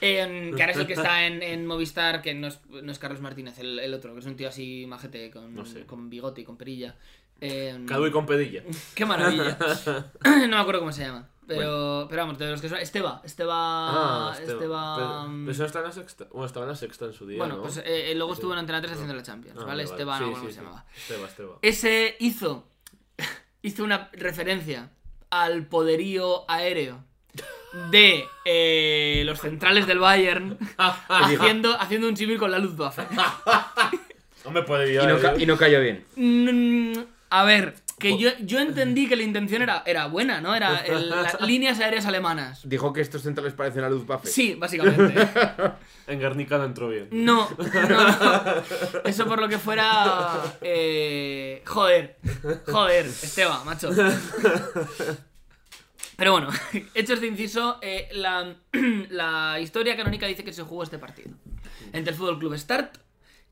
Speaker 1: em, que ahora es el que está en, en Movistar, que no es, no es Carlos Martínez, el, el otro, que es un tío así majete, con,
Speaker 4: No sé.
Speaker 1: con bigote y con perilla. Em,
Speaker 4: Cadu y con pedilla.
Speaker 1: Qué maravilla. no me acuerdo cómo se llama. Pero, pero vamos, de los que son. Esteba. Esteba. Ah,
Speaker 4: Esteban.
Speaker 1: Esteba.
Speaker 4: Ah, este Pero, pero eso está en la sexta. Bueno, estaba en la sexta en su día.
Speaker 1: este um, bueno,
Speaker 4: ¿no?
Speaker 1: pues eh, eh, luego
Speaker 4: Sí.
Speaker 1: estuvo en Antena 3 haciendo la Champions,
Speaker 4: Ah,
Speaker 1: ¿vale? Esteba, no
Speaker 4: Sí,
Speaker 1: me acuerdo
Speaker 4: sí,
Speaker 1: cómo se
Speaker 4: sí.
Speaker 1: llamaba.
Speaker 4: Esteba, Esteba.
Speaker 1: Ese hizo. hizo una referencia al poderío aéreo de eh, los centrales del Bayern
Speaker 4: Ah,
Speaker 1: haciendo, haciendo un símil con la Luftwaffe.
Speaker 4: No me puede eh,
Speaker 3: Y, no ca- y no cayó bien.
Speaker 1: Mm, A ver, que yo, yo entendí que la intención era, era buena, ¿no? Era el- las líneas aéreas alemanas.
Speaker 3: Dijo que estos centrales parecen a Luz Buffett.
Speaker 1: Sí, básicamente.
Speaker 4: En Guernica no entró bien.
Speaker 1: No, no, no. Eso por lo que fuera. eh, joder, joder, Esteban, macho. Pero bueno, hecho este inciso, eh, la, la historia canónica dice que se jugó este partido entre el Fútbol Club Start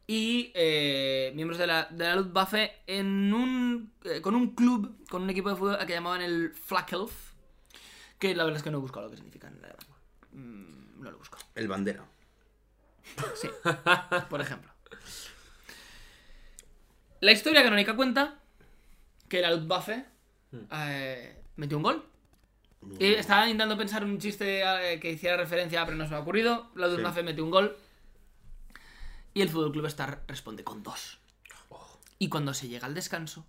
Speaker 1: y eh, miembros de la, de la Luftwaffe en un, eh, con un club, con un equipo de fútbol que llamaban el Flakelf, que la verdad es que no he buscado lo que significan. la verdad. Mm, No lo he buscado.
Speaker 3: El bandera.
Speaker 1: Sí, por ejemplo. La historia canónica cuenta que la Luftwaffe eh, metió un gol. Y estaba intentando pensar un chiste eh, que hiciera referencia, pero no se me ha ocurrido. La Luftwaffe metió un gol. Y el Fútbol Club Star responde con dos. Y cuando se llega al descanso,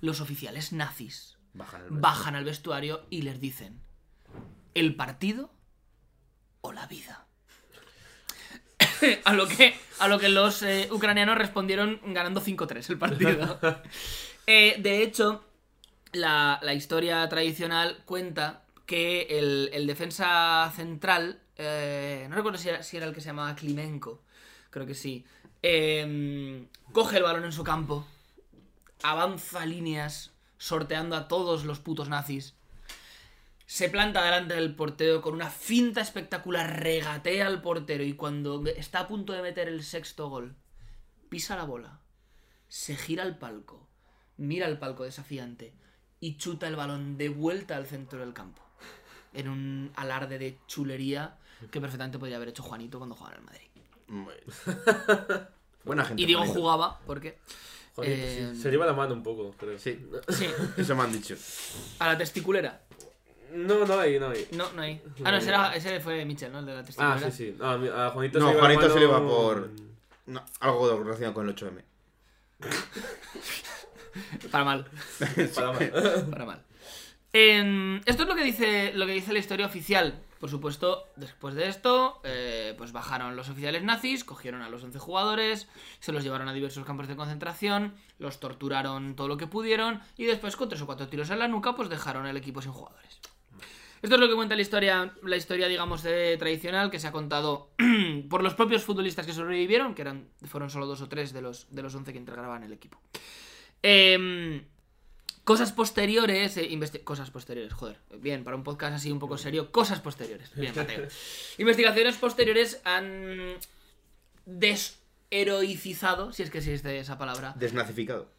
Speaker 1: los oficiales nazis
Speaker 3: Bajan el
Speaker 1: bajan al vestuario y les dicen: ¿El partido o la vida? a, lo que, a lo que los eh, ucranianos respondieron ganando 5-3 el partido. Eh, de hecho, la, la historia tradicional cuenta que el, el defensa central, eh, no recuerdo si era, si era el que se llamaba Klimenko, creo que sí, eh, coge el balón en su campo, avanza líneas, sorteando a todos los putos nazis, se planta delante del portero con una finta espectacular, regatea al portero y cuando está a punto de meter el sexto gol, pisa la bola, se gira al palco, mira al palco desafiante y chuta el balón de vuelta al centro del campo. En un alarde de chulería que perfectamente podría haber hecho Juanito cuando jugaba en el Madrid.
Speaker 3: Buena gente.
Speaker 1: Y digo
Speaker 3: Juanito.
Speaker 1: jugaba porque...
Speaker 4: Joder, pues
Speaker 1: eh,
Speaker 4: sí, se lleva la mano un poco, creo.
Speaker 3: Sí,
Speaker 1: Sí,
Speaker 3: eso me han dicho.
Speaker 1: a la testiculera.
Speaker 4: No, no hay, no hay.
Speaker 1: No, no hay. Ah, no, ese, era- ese fue Michel, ¿no? El de la
Speaker 4: Ah,
Speaker 1: testiculera.
Speaker 4: sí, sí. No, a mí- a Juanito
Speaker 3: No,
Speaker 4: se le iba la
Speaker 3: Juanito se le va
Speaker 4: mano-
Speaker 3: por. No, algo relacionado con el 8M.
Speaker 1: Para mal.
Speaker 4: Para mal.
Speaker 1: Para mal. Em, esto es lo que dice lo que dice la historia oficial. Por supuesto, después de esto, eh, pues bajaron los oficiales nazis, cogieron a los 11 jugadores, se los llevaron a diversos campos de concentración, los torturaron todo lo que pudieron y después con tres o cuatro tiros en la nuca, pues dejaron el equipo sin jugadores. Esto es lo que cuenta la historia, la historia digamos de- tradicional que se ha contado por los propios futbolistas que sobrevivieron, que eran fueron solo dos o tres de los de los 11 que integraban el equipo. Em, Cosas posteriores, eh, investi- cosas posteriores, joder, bien, para un podcast así un poco serio, cosas posteriores, bien, Mateo. Investigaciones posteriores han desheroicizado, si es que existe esa palabra,
Speaker 3: Desnazificado.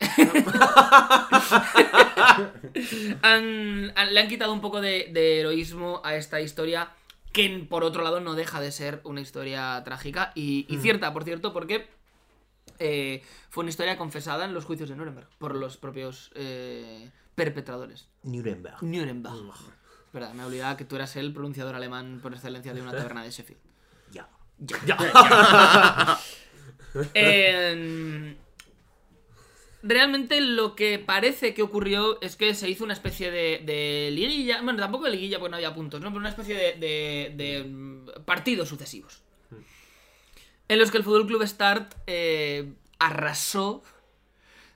Speaker 1: han- han- le han quitado un poco de, de heroísmo a esta historia que por otro lado no deja de ser una historia trágica y,
Speaker 3: Mm.
Speaker 1: y cierta, por cierto, porque eh, fue una historia confesada en los juicios de Nuremberg por los propios eh, perpetradores.
Speaker 3: Nuremberg.
Speaker 1: Nuremberg. Es verdad, me olvidaba que tú eras el pronunciador alemán por excelencia de una taberna de Sheffield.
Speaker 3: Ya.
Speaker 1: Ya, ya. Em, realmente lo que parece que ocurrió es que se hizo una especie de, de liguilla. Bueno, tampoco de liguilla porque no había puntos, ¿no? Pero una especie de, de- de, mm, partidos sucesivos. En los que el Fútbol Club Start eh, arrasó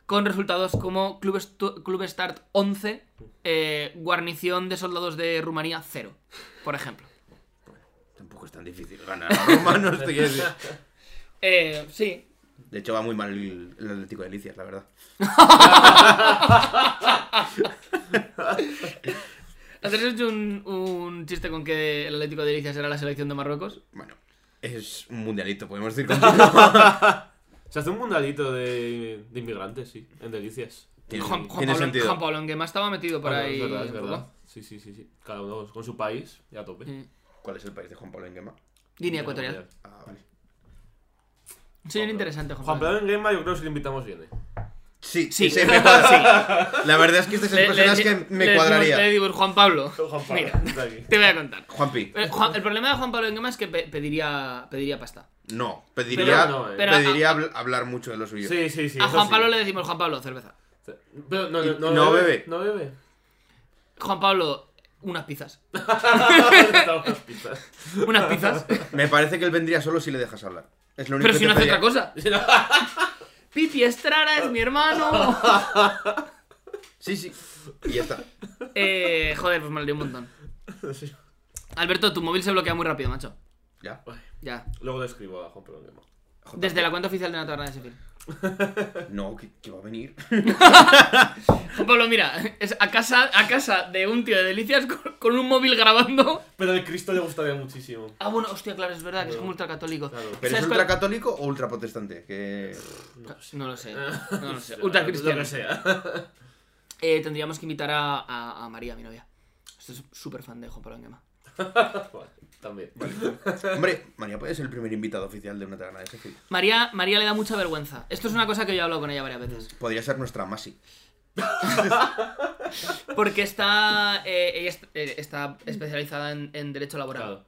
Speaker 1: con resultados como Club, Estu- Club Start 11, eh, guarnición de soldados de Rumanía 0, por ejemplo.
Speaker 3: Tampoco es tan difícil ganar a los romanos, te quiero decir.
Speaker 1: Eh, sí,
Speaker 3: De hecho, va muy mal el el Atlético de Licias, la verdad.
Speaker 1: ¿Has hecho un, un chiste con que el Atlético de Delicias era la selección de Marruecos?
Speaker 3: Bueno, es un mundialito, podemos decir contigo.
Speaker 4: Se hace un mundalito de, de inmigrantes, sí, en Delicias.
Speaker 3: Tiene,
Speaker 1: Juan, Juan
Speaker 3: tiene
Speaker 1: Pablo,
Speaker 3: sentido.
Speaker 1: Juan Pablo Anguema estaba metido por
Speaker 4: Ah, no,
Speaker 1: ahí.
Speaker 4: Es verdad, es
Speaker 1: un poco.
Speaker 4: verdad. Sí, sí, sí, sí. Cada uno con su país y a tope.
Speaker 1: Sí.
Speaker 3: ¿Cuál es el país de Juan Pablo Enguema?
Speaker 1: Línea ecuatorial.
Speaker 3: Ah, vale.
Speaker 1: Sí, bien interesante, Juan,
Speaker 4: Juan
Speaker 1: Pablo.
Speaker 4: Pablo Enguema, yo creo que si le invitamos viene.
Speaker 3: Sí,
Speaker 1: Sí.
Speaker 3: sí, sí, me cuadra, sí. La verdad es que este es el personaje que me
Speaker 1: le decimos-
Speaker 3: cuadraría.
Speaker 1: le decimos, Juan Pablo.
Speaker 4: Juan Pablo,
Speaker 1: Mira,
Speaker 4: está aquí.
Speaker 1: te voy a contar.
Speaker 3: Juanpi,
Speaker 1: Pero Juan- el problema de Juan Pablo Enguema es que pe- pediría, pediría pasta.
Speaker 3: no. Pediría,
Speaker 4: Pero no, eh.
Speaker 1: Pero-
Speaker 3: pediría habl- hablar mucho de lo suyo.
Speaker 4: Sí, sí, sí.
Speaker 1: a
Speaker 4: eso
Speaker 1: Juan
Speaker 4: sí.
Speaker 1: Pablo le decimos Juan Pablo, cerveza.
Speaker 4: Pero no, no, no,
Speaker 3: No
Speaker 4: bebe.
Speaker 3: bebe.
Speaker 4: No bebe.
Speaker 1: Juan Pablo, unas pizzas.
Speaker 4: Estaba unas pizzas.
Speaker 1: Unas pizzas.
Speaker 3: Me parece que él vendría solo si le dejas hablar. Es lo único
Speaker 1: Pero
Speaker 3: que
Speaker 1: si
Speaker 3: te
Speaker 1: no hace
Speaker 3: pedía.
Speaker 1: otra cosa. Pipi Estrada es mi hermano.
Speaker 3: Sí, sí. Y ya está.
Speaker 1: Eh, joder, pues me lié un montón.
Speaker 4: Sí.
Speaker 1: Alberto, tu móvil se bloquea muy rápido, macho.
Speaker 3: Ya.
Speaker 1: Ya.
Speaker 4: Luego le escribo a Juan Pablo Enguema.
Speaker 1: Desde la cuenta oficial de la taberna de Sheffield.
Speaker 3: No, que, que va a venir.
Speaker 1: Juan Pablo, mira, es a casa, a casa de un tío de delicias con, con un móvil grabando.
Speaker 4: Pero el Cristo le gustaría muchísimo.
Speaker 1: Ah, bueno, hostia, claro, es verdad que es como
Speaker 4: Bueno,
Speaker 1: ultracatólico.
Speaker 4: claro.
Speaker 3: ¿Pero
Speaker 1: ¿Sabes
Speaker 3: es
Speaker 1: cuál-
Speaker 3: ultracatólico o ultraprotestante? Que...
Speaker 1: No lo sé. No lo sé.
Speaker 4: Lo
Speaker 1: Ultracristiano.
Speaker 4: que sea.
Speaker 1: Eh, tendríamos que invitar a, a- a María, mi novia. Esto es súper fan de Juan Pablo Anguema.
Speaker 4: Vale, También.
Speaker 3: Hombre, María puede ser el primer invitado oficial de una taberna de Sheffield.
Speaker 1: María, María le da mucha vergüenza. Esto es una cosa que yo he hablado con ella varias veces.
Speaker 3: Podría ser nuestra Masi.
Speaker 1: Porque está, eh, ella est- eh, está especializada en, en derecho laboral.
Speaker 4: Claro.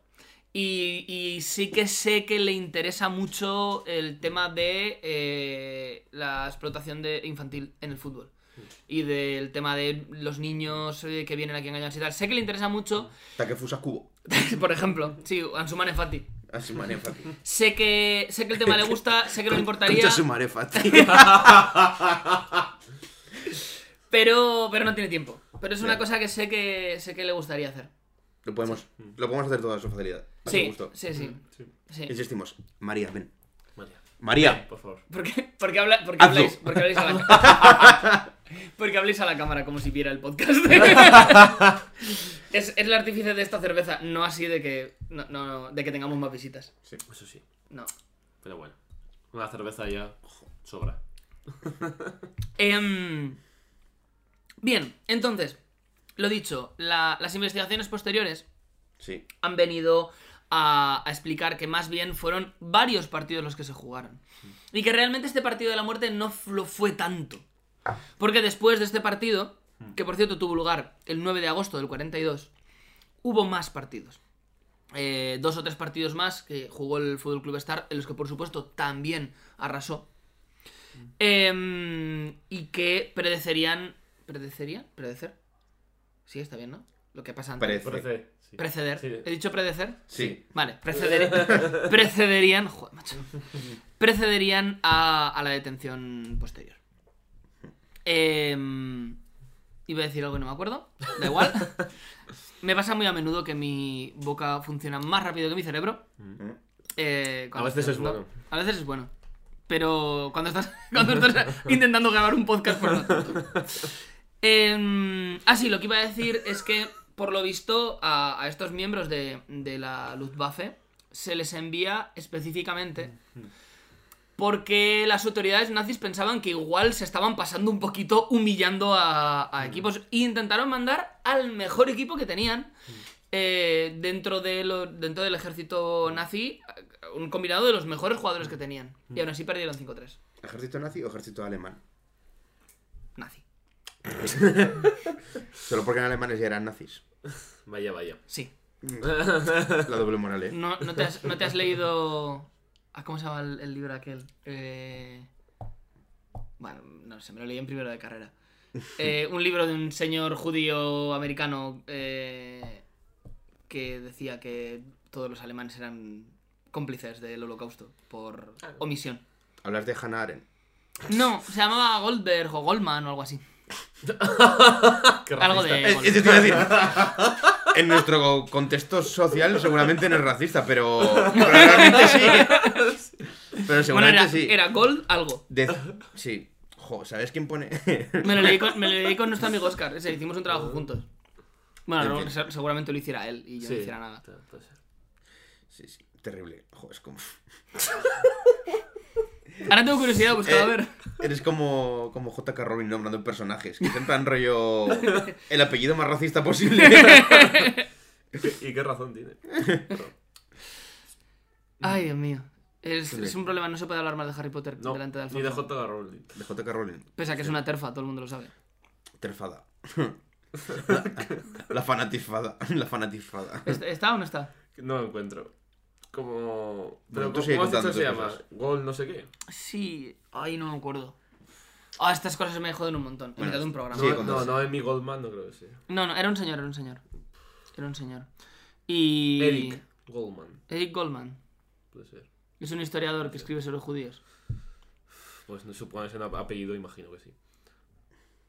Speaker 1: Y, y sí que sé que le interesa mucho el tema de eh, la explotación de infantil en el fútbol.
Speaker 3: Mm.
Speaker 1: y del tema de los niños eh, que vienen aquí engañados y tal. Sé que le interesa mucho,
Speaker 3: Takefusa Cubo. Ah,
Speaker 1: por ejemplo, sí, Ansumane Fati.
Speaker 3: Así mare fati.
Speaker 1: Sé que, sé que el tema le gusta, sé que no le importaría,
Speaker 3: Concha su mare fati.
Speaker 1: pero, pero no tiene tiempo. Pero es una
Speaker 3: Ya.
Speaker 1: cosa que sé que sé que le gustaría hacer.
Speaker 3: Lo podemos, lo podemos hacer todo a su facilidad. A su
Speaker 1: Sí,
Speaker 3: gusto.
Speaker 1: sí, sí,
Speaker 4: Sí.
Speaker 1: sí.
Speaker 3: Insistimos. María, ven.
Speaker 4: María,
Speaker 3: María.
Speaker 4: Eh, por favor.
Speaker 1: ¿Por qué, por qué habla- por qué
Speaker 3: Hazlo.
Speaker 1: habláis, por qué habláis a la cámara? Porque habláis a la cámara como si viera el podcast. es, es el artífice de esta cerveza, no así de que, no, no, no, de que tengamos más visitas.
Speaker 4: Eso sí.
Speaker 1: No.
Speaker 4: Pero bueno. Una cerveza ya sobra.
Speaker 1: Em, bien, entonces, lo dicho, la- las investigaciones posteriores
Speaker 3: Sí.
Speaker 1: han venido a, a explicar que más bien fueron varios partidos los que se jugaron. Y que realmente este partido de la muerte no f- lo fue tanto. Porque después de este partido, que por cierto tuvo lugar el 9 de agosto del 42, hubo más partidos. Eh, dos o tres partidos más que jugó el Fútbol Club Star, en los que por supuesto también arrasó. Em, y que predecerían. ¿Predecerían? ¿Predecer? Sí, está bien, ¿no? Lo que pasa antes.
Speaker 3: Parece.
Speaker 4: Parece. sí.
Speaker 1: Preceder.
Speaker 4: Sí.
Speaker 1: ¿He dicho predecer?
Speaker 3: Sí.
Speaker 1: Vale, preceder- precederían. Joder, macho. Precederían a, a la detención posterior. Em, iba a decir algo que no me acuerdo. Da igual. Me pasa muy a menudo que mi boca funciona más rápido que mi cerebro. Eh, cuando
Speaker 4: Mm. A veces
Speaker 1: estoy
Speaker 4: es
Speaker 1: hablando.
Speaker 4: bueno.
Speaker 1: A veces es bueno. Pero cuando estás, cuando estás intentando grabar un podcast, por no tanto. Em, ah, sí, lo que iba a decir es que, por lo visto, a, a estos miembros de, de la Luftwaffe se les envía específicamente porque las autoridades nazis pensaban que igual se estaban pasando un poquito humillando a, a equipos e intentaron mandar al mejor equipo que tenían eh, dentro, de lo- dentro del ejército nazi un combinado de los mejores jugadores que tenían. Y aún así perdieron 5-3.
Speaker 3: ¿Ejército nazi o ejército alemán?
Speaker 1: Nazi.
Speaker 3: Solo porque eran alemanes y eran nazis.
Speaker 4: Vaya, vaya.
Speaker 1: Sí.
Speaker 3: La doble moral, eh.
Speaker 1: No, no te, has, no te has leído... ah, ¿Cómo se llama el, el libro aquel? Eh, Bueno, no sé, me lo leí en primero de carrera. Eh, un libro de un señor judío americano eh, que decía que todos los alemanes eran cómplices del holocausto por omisión.
Speaker 3: Hablas de Hannah Arendt.
Speaker 1: No, se llamaba Goldberg o Goldman o algo así.
Speaker 4: Qué
Speaker 1: Algo
Speaker 4: racista.
Speaker 1: de-
Speaker 3: Es- Eso te iba a decir. En nuestro contexto social seguramente no es racista, pero probablemente sí. Pero seguramente
Speaker 1: Bueno, era,
Speaker 3: sí.
Speaker 1: era Gold algo.
Speaker 3: De- Sí. Jo, ¿sabes quién pone?
Speaker 1: Me lo leí con, me lo leí con nuestro amigo Oscar. ese, hicimos un trabajo juntos.
Speaker 3: En
Speaker 1: Bueno, no,
Speaker 3: fin.
Speaker 1: se- seguramente lo hiciera él y yo
Speaker 4: Sí,
Speaker 1: no hiciera nada.
Speaker 4: puede- puede ser.
Speaker 3: sí, sí. Terrible. Jo, es como...
Speaker 1: Ahora tengo curiosidad, pues a
Speaker 3: Eh,
Speaker 1: ver.
Speaker 3: Eres como, como JK Rowling nombrando personajes. Que siempre han rollo el apellido más racista posible.
Speaker 4: ¿Y qué razón tiene?
Speaker 1: Ay, Dios mío. Es,
Speaker 3: Sí.
Speaker 1: es un problema, no se puede hablar más de Harry Potter
Speaker 4: No,
Speaker 1: delante de Alfonso.
Speaker 4: ni de J. Rowling.
Speaker 3: De JK Rowling.
Speaker 1: Pese a que es una terfa, todo el mundo lo sabe.
Speaker 3: Terfada. La fanatifada. La fanatifada.
Speaker 1: ¿Est- ¿Está o no está?
Speaker 4: No lo encuentro. Como... Pero
Speaker 3: tú
Speaker 4: ¿cómo-
Speaker 3: sigue
Speaker 4: ¿cómo has dicho
Speaker 3: contando
Speaker 4: que se
Speaker 3: tus
Speaker 4: llama?
Speaker 3: cosas.
Speaker 4: Gold no sé qué.
Speaker 1: Sí, ay, no me acuerdo. Ah, estas cosas me joden un montón. En
Speaker 3: Bueno,
Speaker 1: mitad de un programa.
Speaker 3: Sí,
Speaker 4: No,
Speaker 3: contando.
Speaker 4: no, no, Amy Goldman no creo que sea.
Speaker 1: No, no, era un señor, era un señor. Era un señor. Y.
Speaker 4: Eric Goldman,
Speaker 1: Eric Goldman.
Speaker 4: puede ser.
Speaker 1: Es un historiador que escribe sobre judíos.
Speaker 4: Pues no supongo que sea un apellido, imagino que sí.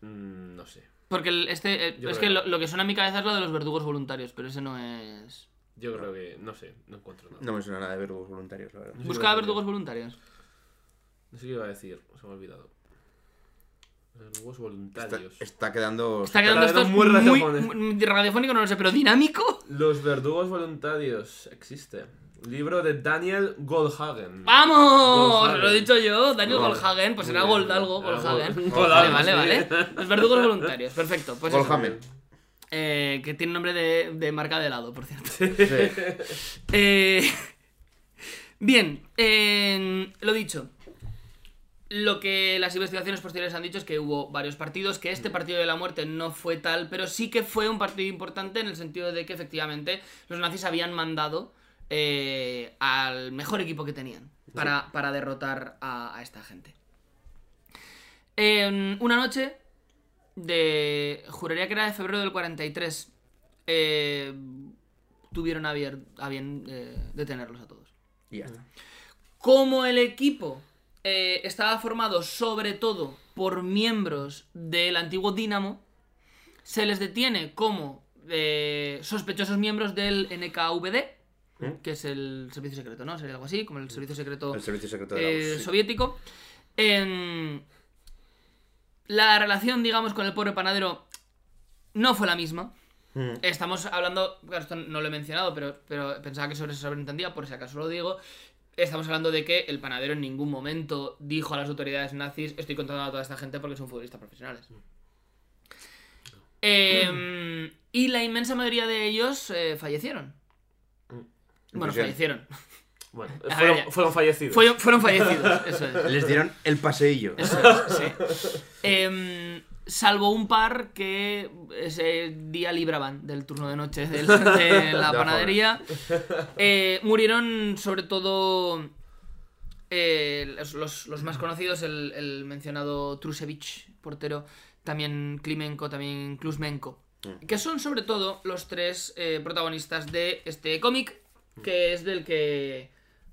Speaker 4: Mm, no sé.
Speaker 1: Porque el- este. eh,
Speaker 4: Yo
Speaker 1: es que
Speaker 4: creo que
Speaker 1: lo,
Speaker 4: no.
Speaker 1: lo que suena a mi cabeza es lo de los verdugos voluntarios, pero ese no es.
Speaker 4: Yo creo que... No sé, no encuentro nada.
Speaker 3: No me suena nada de verbos voluntarios, la verdad.
Speaker 4: Sí,
Speaker 1: Buscaba verdugos
Speaker 4: verdugos.
Speaker 1: voluntarios.
Speaker 4: No sé qué iba a decir, se me ha olvidado. Los
Speaker 3: Está,
Speaker 4: voluntarios.
Speaker 3: está quedando...
Speaker 1: Está quedando
Speaker 4: quedando
Speaker 1: esto muy
Speaker 4: muy
Speaker 1: radiofónico.
Speaker 4: radiofónico.
Speaker 1: radiofónico, no lo sé, pero dinámico.
Speaker 4: Los verdugos voluntarios existe. Libro de Daniel Goldhagen.
Speaker 1: Ah. ¡Vamos!
Speaker 4: Goldhagen.
Speaker 1: Lo he dicho yo, Daniel
Speaker 4: Vale.
Speaker 1: Goldhagen, pues
Speaker 4: Muy
Speaker 1: era
Speaker 4: bien.
Speaker 1: Gold algo,
Speaker 4: Era
Speaker 1: Goldhagen.
Speaker 4: Gold-
Speaker 1: Vale,
Speaker 4: Goldhagen,
Speaker 1: vale,
Speaker 4: sí.
Speaker 1: vale. Los verdugos voluntarios, perfecto. Pues eso.
Speaker 3: Goldhagen.
Speaker 1: Eh, que tiene nombre de, de marca de helado, por cierto.
Speaker 3: Sí.
Speaker 1: Eh, bien, eh, lo dicho. Lo que las investigaciones posteriores han dicho es que hubo varios partidos, que este partido de la muerte no fue tal, pero sí que fue un partido importante en el sentido de que efectivamente los nazis habían mandado eh, al mejor equipo que tenían para, para derrotar a, a esta gente. En una noche, de. Juraría que era de febrero del 43. eh, tuvieron a, bier- a bien eh, detenerlos a todos.
Speaker 3: Y ya está.
Speaker 1: Como el equipo eh, estaba formado sobre todo por miembros del antiguo Dinamo, se les detiene como eh, sospechosos miembros del NKVD,
Speaker 3: ¿Mm?
Speaker 1: que es el servicio secreto, ¿no? Sería algo así, como el servicio secreto
Speaker 3: El servicio secreto de la
Speaker 1: eh,
Speaker 3: URSS, sí.
Speaker 1: soviético. En- La relación, digamos, con el pobre panadero no fue la misma.
Speaker 3: Mm.
Speaker 1: Estamos hablando, claro, esto no lo he mencionado, pero, pero pensaba que sobre eso se sobreentendía, por si acaso lo digo. Estamos hablando de que el panadero en ningún momento dijo a las autoridades nazis, estoy contando a toda esta gente porque son futbolistas profesionales.
Speaker 3: Mm.
Speaker 1: Eh, y la inmensa mayoría de ellos eh, fallecieron.
Speaker 3: Mm.
Speaker 1: Bueno,
Speaker 3: Impresión.
Speaker 1: fallecieron.
Speaker 4: Bueno,
Speaker 1: A
Speaker 4: fueron,
Speaker 1: ver, Ah, ya.
Speaker 4: fueron fallecidos.
Speaker 1: Fueron, fueron fallecidos, eso es.
Speaker 3: Les dieron el paseillo.
Speaker 1: ¿Eh? Em, salvo un par que ese día libraban del turno de noche del- de la
Speaker 3: joder.
Speaker 1: panadería. Eh, murieron sobre todo eh, los, los- los más conocidos, el, el mencionado Trusevich, portero, también Klimenko, también Klusmenko, que son sobre todo los tres eh, protagonistas de este cómic, que es del que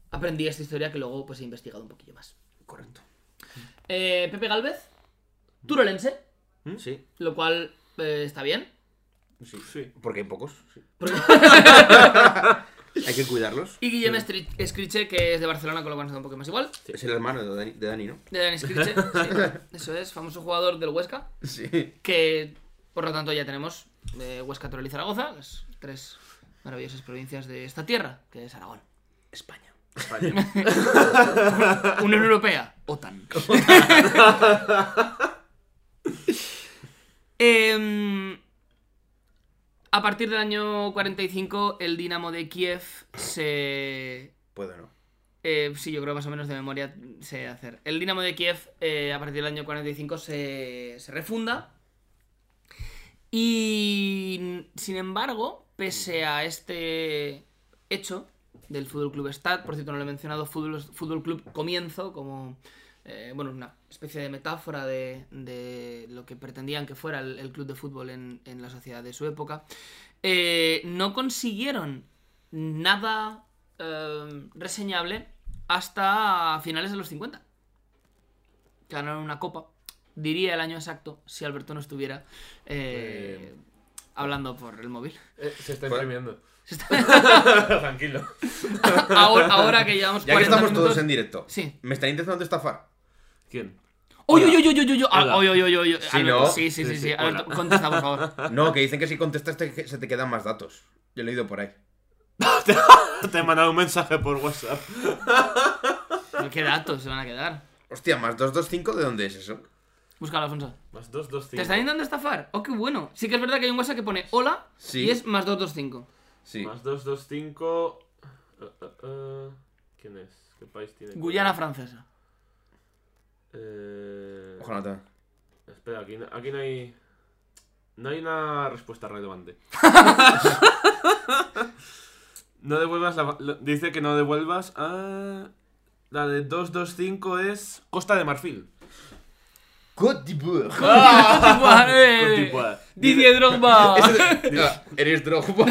Speaker 1: aprendí esta historia que luego pues he investigado un poquillo más.
Speaker 3: Correcto.
Speaker 1: Eh, Pepe Galvez, turolense,
Speaker 3: Sí,
Speaker 1: lo cual eh, está bien.
Speaker 3: sí.
Speaker 4: Sí.
Speaker 3: Porque hay pocos. sí.
Speaker 1: Porque-
Speaker 3: Hay que cuidarlos.
Speaker 1: Y Guillem Stri- Scriche, que es de Barcelona, con lo cual nos da un poco más igual.
Speaker 3: Es el hermano de Dani, de Dani, ¿no?
Speaker 1: De Dan Scriche, sí, eso es, famoso jugador del Huesca,
Speaker 3: Sí.
Speaker 1: que por lo tanto ya tenemos eh, Huesca, Teruel y Zaragoza, las tres maravillosas provincias de esta tierra, que es Aragón.
Speaker 3: España.
Speaker 1: Unión Europea, OTAN. Em, a partir del año 45, el Dinamo de Kiev se
Speaker 3: Puedo no.
Speaker 1: Eh, sí, yo creo más o menos de memoria sé hacer. El Dinamo de Kiev, eh, a partir del año 45, se, se refunda. Y, sin embargo, pese a este hecho del Fútbol Club Stad, por cierto, no lo he mencionado, Fútbol, Fútbol Club Comienzo, como eh, bueno, una especie de metáfora de, de lo que pretendían que fuera el, el club de fútbol en, en la sociedad de su época, eh, no consiguieron nada eh, reseñable hasta finales de los 50. Ganaron una copa, diría el año exacto, si Alberto no estuviera eh, hablando por el móvil.
Speaker 4: Eh, se está
Speaker 3: Bueno.
Speaker 4: imprimiendo.
Speaker 1: Se está-
Speaker 4: Tranquilo.
Speaker 1: ahora, ahora que llevamos
Speaker 3: Ya que
Speaker 1: 40
Speaker 3: estamos
Speaker 1: minutos...
Speaker 3: todos en directo.
Speaker 1: Sí.
Speaker 3: Me están intentando estafar.
Speaker 4: ¿Quién?
Speaker 1: ¡Oy,
Speaker 4: Hola.
Speaker 1: oy, oy, oy, oy, oy! Ah,
Speaker 4: Hola.
Speaker 1: oy, oy, oy, oy,
Speaker 3: Sí,
Speaker 1: Alberto,
Speaker 3: ¿no?
Speaker 1: sí, sí, sí,
Speaker 3: Sí,
Speaker 1: sí.
Speaker 3: sí,
Speaker 1: Alberto,
Speaker 3: hola.
Speaker 1: contesta, por favor.
Speaker 3: No, que dicen que si contestas te- que se te quedan más datos. Yo he leído por ahí.
Speaker 4: Te he mandado un mensaje por WhatsApp.
Speaker 1: Pero ¿Qué datos se van a quedar?
Speaker 3: Hostia, más 225, ¿de dónde es eso?
Speaker 1: Búscalo, Alfonso.
Speaker 4: Más 2, 2, 5.
Speaker 1: ¿Te están intentando estafar? ¡Oh, qué bueno! Sí que es verdad que hay un WhatsApp que pone hola
Speaker 3: Sí.
Speaker 1: y es más 225.
Speaker 3: Sí.
Speaker 4: Más 2, 2, 5. Eh, eh, eh, ¿Quién es? ¿Qué país tiene?
Speaker 1: Guyana francesa.
Speaker 4: Eh,
Speaker 3: Ojalá no te-
Speaker 4: Espera, aquí, no- aquí no hay. No hay una respuesta relevante. no devuelvas la. la- Dice que no devuelvas. Ah, la de 225 es. Costa de Marfil.
Speaker 3: Côte d'Ivoire.
Speaker 1: Ah. Cote d'Ivoire.
Speaker 4: d'Ivoire.
Speaker 1: Didier Drogba.
Speaker 3: Ah, Eres Drogba.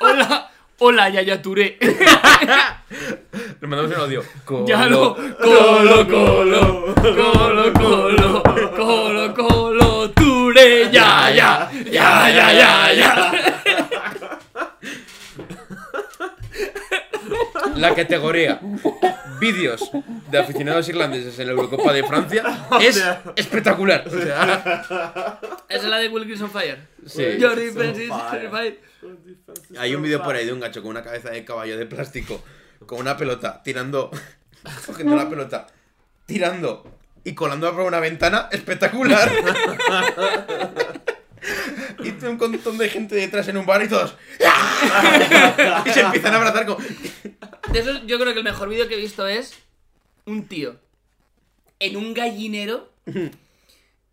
Speaker 1: Hola, hola, Yaya Touré.
Speaker 3: Le mandamos un audio.
Speaker 1: Ya lo. Colo, colo, colo, colo, colo, colo, Touré, ya, ya, ya, ya, ya, ya.
Speaker 3: La categoría vídeos de aficionados irlandeses en la Eurocopa de Francia es espectacular. O sea,
Speaker 1: Esa es la de Will Grissom Fire.
Speaker 3: Sí.
Speaker 1: Jordi Francis, Fire.
Speaker 3: hay un vídeo por ahí de un gacho con una cabeza de caballo de plástico, con una pelota, tirando, cogiendo la pelota, tirando y colándola por una ventana, espectacular. Y tiene un montón de gente detrás en un bar y todos. ¡ah! Y se empiezan a abrazar con.
Speaker 1: De esos, yo creo que el mejor vídeo que he visto es un tío en un gallinero
Speaker 4: Ah,
Speaker 3: Ah.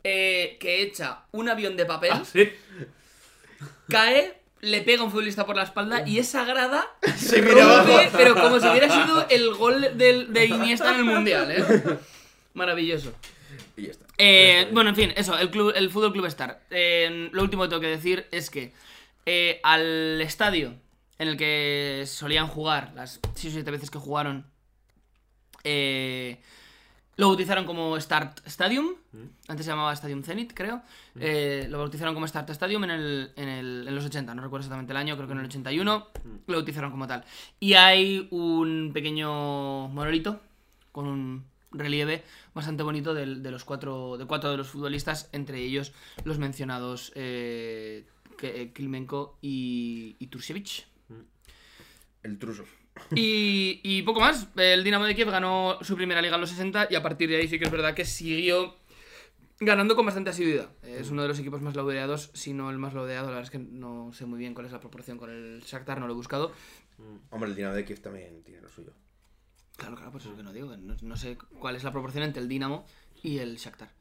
Speaker 1: eh, que echa un avión de papel,
Speaker 4: Sí.
Speaker 1: cae, le pega un futbolista por la espalda y esa grada
Speaker 3: Se mira
Speaker 1: rompe,
Speaker 3: abajo.
Speaker 1: pero como si hubiera sido el gol del, de Iniesta en el Mundial, ¿eh? Maravilloso.
Speaker 3: Y ya está.
Speaker 1: Eh, bueno, en fin, eso, el, club, el Fútbol Club Star. Eh, lo último que tengo que decir es que eh, al estadio en el que solían jugar, las 6 o 7 veces que jugaron, eh, lo bautizaron como Start Stadium. Antes se llamaba Stadium Zenit, creo. Eh, lo bautizaron como Start Stadium en, el, en, el- en los 80, no recuerdo exactamente el año, creo que en el 81. Lo bautizaron como tal. Y hay un pequeño monolito con un relieve bastante bonito del- de, los cuatro de cuatro de los futbolistas, entre ellos los mencionados eh, Ke- eh, Klimenko y, y Tursievich.
Speaker 3: El truso.
Speaker 1: Y, y poco más. El Dinamo de Kiev ganó su primera liga en los 60 y a partir de ahí sí que es verdad que siguió ganando con bastante asiduidad. Es uno de los equipos más laudeados, si no el más laudeado. La verdad es que no sé muy bien cuál es la proporción con el Shakhtar, no lo he buscado.
Speaker 3: Hombre, el Dinamo de Kiev también tiene lo suyo.
Speaker 1: Claro, claro, por eso es que no digo. que No, no sé cuál es la proporción entre el Dinamo y el Shakhtar.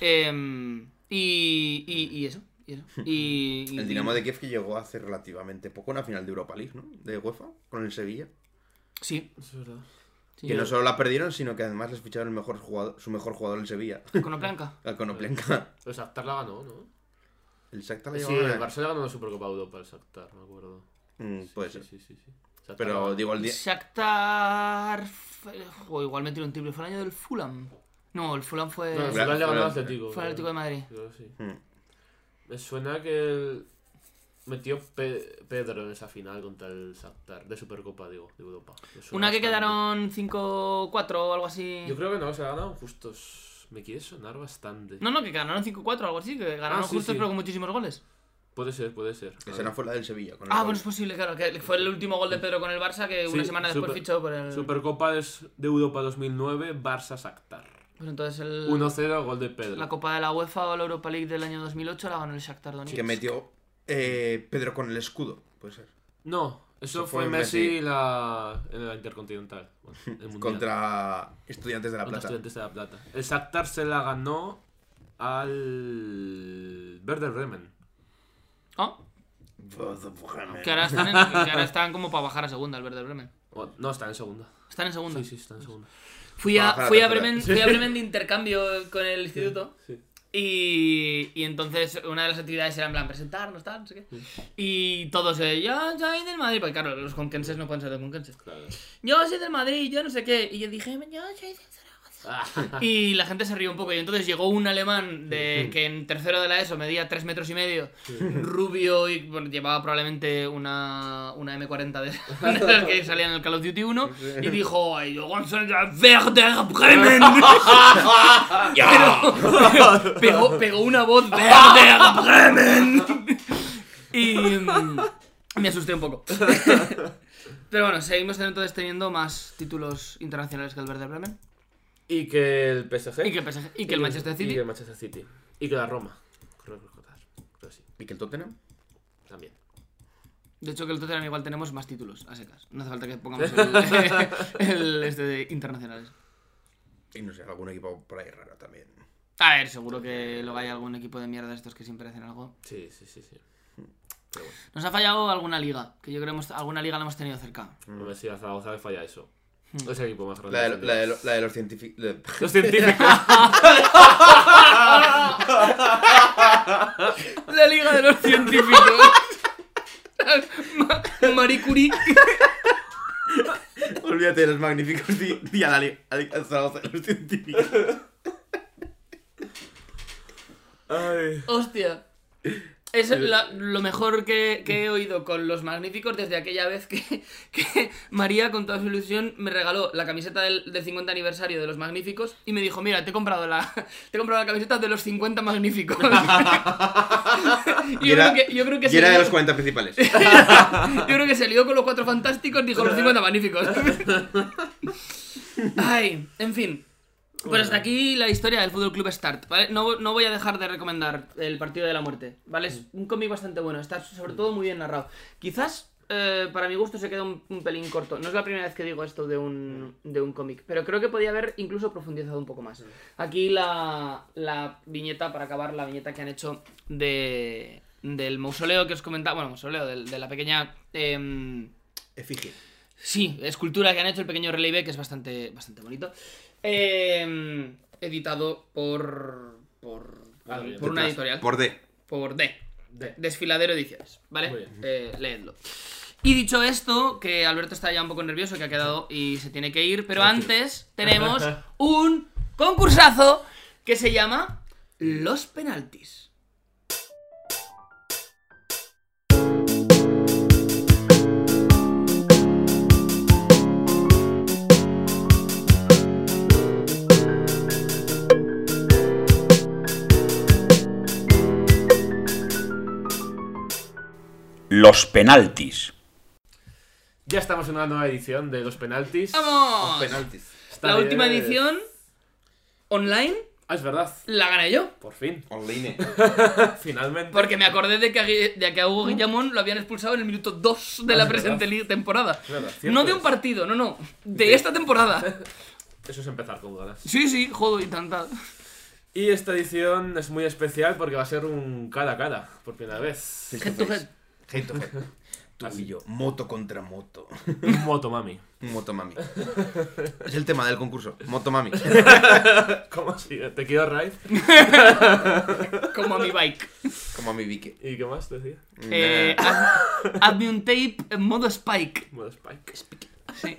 Speaker 1: Em, y, y, y eso. Y, eso. Y- y-
Speaker 3: El Dinamo de Kiev que llegó hace relativamente poco a una final de Europa League, ¿no? De UEFA, con el Sevilla.
Speaker 1: Sí.
Speaker 4: Eso es verdad.
Speaker 1: sí.
Speaker 3: Que no solo la perdieron, sino que además les ficharon el mejor jugador, su mejor jugador en Sevilla,
Speaker 1: Konoplanka.
Speaker 3: al Konoplenka.
Speaker 4: El Shakhtar la ganó, ¿no?
Speaker 3: El Shakhtar le
Speaker 4: Sí,
Speaker 3: llevaba
Speaker 4: el
Speaker 3: una-
Speaker 4: Barça le ganó la Supercopa Europa al Shakhtar, me acuerdo.
Speaker 3: Mm,
Speaker 4: Sí,
Speaker 3: puede
Speaker 4: sí,
Speaker 3: ser.
Speaker 4: Sí, sí, sí. Shakhtar
Speaker 3: Pero
Speaker 4: ganó.
Speaker 3: digo, el, di-
Speaker 1: Shakhtar. fue- O igual me tiró un triple. Fue el año del Fulham. No, el Fulham fue.
Speaker 4: No, el
Speaker 3: Bla-
Speaker 4: Shakhtar le ganó al
Speaker 3: fue-
Speaker 4: Atlético.
Speaker 1: fue al Eh, Atlético de Madrid.
Speaker 4: Creo que sí.
Speaker 3: Mm.
Speaker 4: Me suena que el- metió Pe- Pedro en esa final contra el Shakhtar, de Supercopa, digo, de Europa. Me suena
Speaker 1: Una que
Speaker 4: bastante.
Speaker 1: quedaron 5-4 o algo así.
Speaker 4: Yo creo que no, se ha ganado justos. Me quiere sonar bastante.
Speaker 1: No, no, que ganaron 5-4 o algo así. Que ganaron
Speaker 4: Ah, sí,
Speaker 1: justos,
Speaker 4: sí.
Speaker 1: pero con muchísimos goles.
Speaker 4: Puede ser, puede ser.
Speaker 3: Esa no fue la del Sevilla. Con el
Speaker 1: Ah,
Speaker 3: gol.
Speaker 1: bueno, es posible, claro. Que fue el último gol de Pedro con el Barça que
Speaker 4: Sí,
Speaker 1: una semana después
Speaker 4: super-
Speaker 1: fichó por el.
Speaker 4: Supercopa es de Europa 2009, Barça Shakhtar.
Speaker 1: Pues entonces el.
Speaker 4: 1-0, gol de Pedro.
Speaker 1: La Copa de la UEFA o la Europa League del año 2008 la ganó el Shakhtar Donetsk.
Speaker 3: Que metió eh, Pedro con el escudo, puede ser.
Speaker 4: No, eso
Speaker 3: Eso
Speaker 4: fue,
Speaker 3: fue
Speaker 4: Messi,
Speaker 3: Messi.
Speaker 4: La... en la Intercontinental. bueno, el Mundial.
Speaker 3: Contra Estudiantes de la
Speaker 4: Contra
Speaker 3: Plata.
Speaker 4: Estudiantes de la Plata. El Shakhtar se la ganó al Werder Bremen.
Speaker 1: Ah, que ahora, están en- que ahora están como para bajar a segunda, el Werder Bremen.
Speaker 4: O- No, está en segunda.
Speaker 1: Están en segunda.
Speaker 4: Sí, sí, está en segunda.
Speaker 1: Fui, a,
Speaker 3: Para bajar a
Speaker 1: fui, a
Speaker 3: tercera.
Speaker 1: Bremen, fui a Bremen de intercambio con el instituto.
Speaker 4: Sí.
Speaker 1: Y, y entonces una de las actividades era en plan presentarnos, tal, no sé qué. Y todos, eh, yo soy del Madrid, porque claro, los conquenses no pueden ser de conquenses.
Speaker 4: Claro.
Speaker 1: Yo soy del Madrid, yo no sé qué. Y yo dije, yo soy del Zaragoza. Y la gente se rió un poco. Y entonces llegó un alemán de, que en tercero de la ESO medía 3 metros y medio, rubio y bueno, llevaba probablemente una, una M40 de, de las que salían en el Call of Duty 1. Y dijo: "Ay, Yo soy de Werder Bremen. Pero- pegó, pegó una voz: Werder Bremen. Y mm, me asusté un poco. Pero bueno, seguimos entonces teniendo más títulos internacionales que el Werder Bremen.
Speaker 4: Y que el PSG.
Speaker 1: Y que el, PSG y que el Manchester City.
Speaker 4: Y que el Manchester City. Y que la Roma. Creo que recordar. Creo que sí.
Speaker 3: ¿Y que el Tottenham?
Speaker 4: También.
Speaker 1: De hecho, que el Tottenham igual tenemos más títulos a secas. No hace falta que pongamos el, el este de internacionales.
Speaker 3: Y no sé, algún equipo por ahí raro también.
Speaker 1: A ver, seguro que luego hay algún equipo de mierda de estos que siempre hacen algo.
Speaker 4: Sí, sí, sí, sí.
Speaker 1: Nos ha fallado alguna liga, que yo creo que hemos- alguna liga la hemos tenido cerca.
Speaker 4: No me sigas Zaragoza que falla eso.
Speaker 1: Mm.
Speaker 4: Es el equipo más grande.
Speaker 3: Mm. La de,
Speaker 4: del
Speaker 3: la de,
Speaker 4: mundo.
Speaker 3: la de los científicos.
Speaker 4: Los científicos.
Speaker 1: La liga de los científicos. Ma- Marie Curie.
Speaker 3: Olvídate de los magníficos di- di a la li- a la Zaragoza de los científicos.
Speaker 4: Ay.
Speaker 1: Hostia. Es la- lo mejor que, que he oído con los magníficos desde aquella vez que, que María, con toda su ilusión, me regaló la camiseta del, del 50 aniversario de los magníficos y me dijo, mira, te he comprado la, te he comprado la camiseta de los 50 magníficos. Y yo,
Speaker 3: era-
Speaker 1: creo que, yo creo que
Speaker 3: Y
Speaker 1: se
Speaker 3: era de
Speaker 1: lió-
Speaker 3: los 40 principales.
Speaker 1: yo creo que se lió con los cuatro fantásticos, dijo los 50 magníficos. Ay, en fin. Pues hasta aquí la historia del Fútbol Club Start, ¿vale? No, no voy a dejar de recomendar El Partido de la Muerte, ¿vale? Es un cómic bastante bueno, está sobre todo muy bien narrado. Quizás, eh, para mi gusto, se queda un, un pelín corto. No es la primera vez que digo esto de un, de un cómic, pero creo que podía haber incluso profundizado un poco más. Aquí la, la viñeta, para acabar, la viñeta que han hecho de, del mausoleo que os comentaba, bueno, mausoleo, del- de, la pequeña... em,
Speaker 3: Efigie.
Speaker 1: Sí, escultura que han hecho el pequeño relieve, que es bastante, bastante bonito. Eh, editado por. por. por-
Speaker 4: Ah, bien.
Speaker 1: por una
Speaker 3: Detrás,
Speaker 1: editorial. Por,
Speaker 3: Por D.
Speaker 1: D.
Speaker 4: D.
Speaker 1: Desfiladero Ediciones.
Speaker 4: Muy
Speaker 1: ¿Vale?
Speaker 4: bien.
Speaker 1: Eh, leedlo. Y dicho esto, que Alberto está ya un poco nervioso, que ha quedado y se tiene que ir, pero antes tenemos un concursazo que se llama Los Penaltis.
Speaker 5: Los penaltis.
Speaker 4: Ya estamos en una nueva edición de los penaltis.
Speaker 1: ¡Vamos!
Speaker 3: Penaltis.
Speaker 4: Está
Speaker 1: La
Speaker 4: bien.
Speaker 1: última edición online
Speaker 4: Ah, es verdad.
Speaker 1: la gané yo.
Speaker 4: Por fin.
Speaker 3: Online.
Speaker 4: Finalmente.
Speaker 1: Porque me acordé de que, a Gui- de que a Hugo Guillamón lo habían expulsado en el minuto 2 de la presente li- temporada.
Speaker 4: verdad, cierto
Speaker 1: No de un
Speaker 4: Ah, es.
Speaker 1: partido, no, no. De esta temporada.
Speaker 4: Eso es empezar con ganas.
Speaker 1: Sí, sí, jodo y tanta.
Speaker 4: Y esta edición es muy especial porque va a ser un cara a cara, por primera vez.
Speaker 1: Head to head.
Speaker 3: Head to head. Tú y yo. Moto contra moto.
Speaker 4: Un motomami.
Speaker 3: Motomami. Es el tema del concurso. Motomami.
Speaker 4: ¿Cómo sigue? Te quiero Raid.
Speaker 1: Como a mi bike.
Speaker 3: Como a mi Vicky.
Speaker 4: ¿Y qué más decía?
Speaker 1: Eh,
Speaker 3: Nah.
Speaker 1: haz- hazme un tape en modo spike.
Speaker 4: Modo Spike.
Speaker 1: Sí.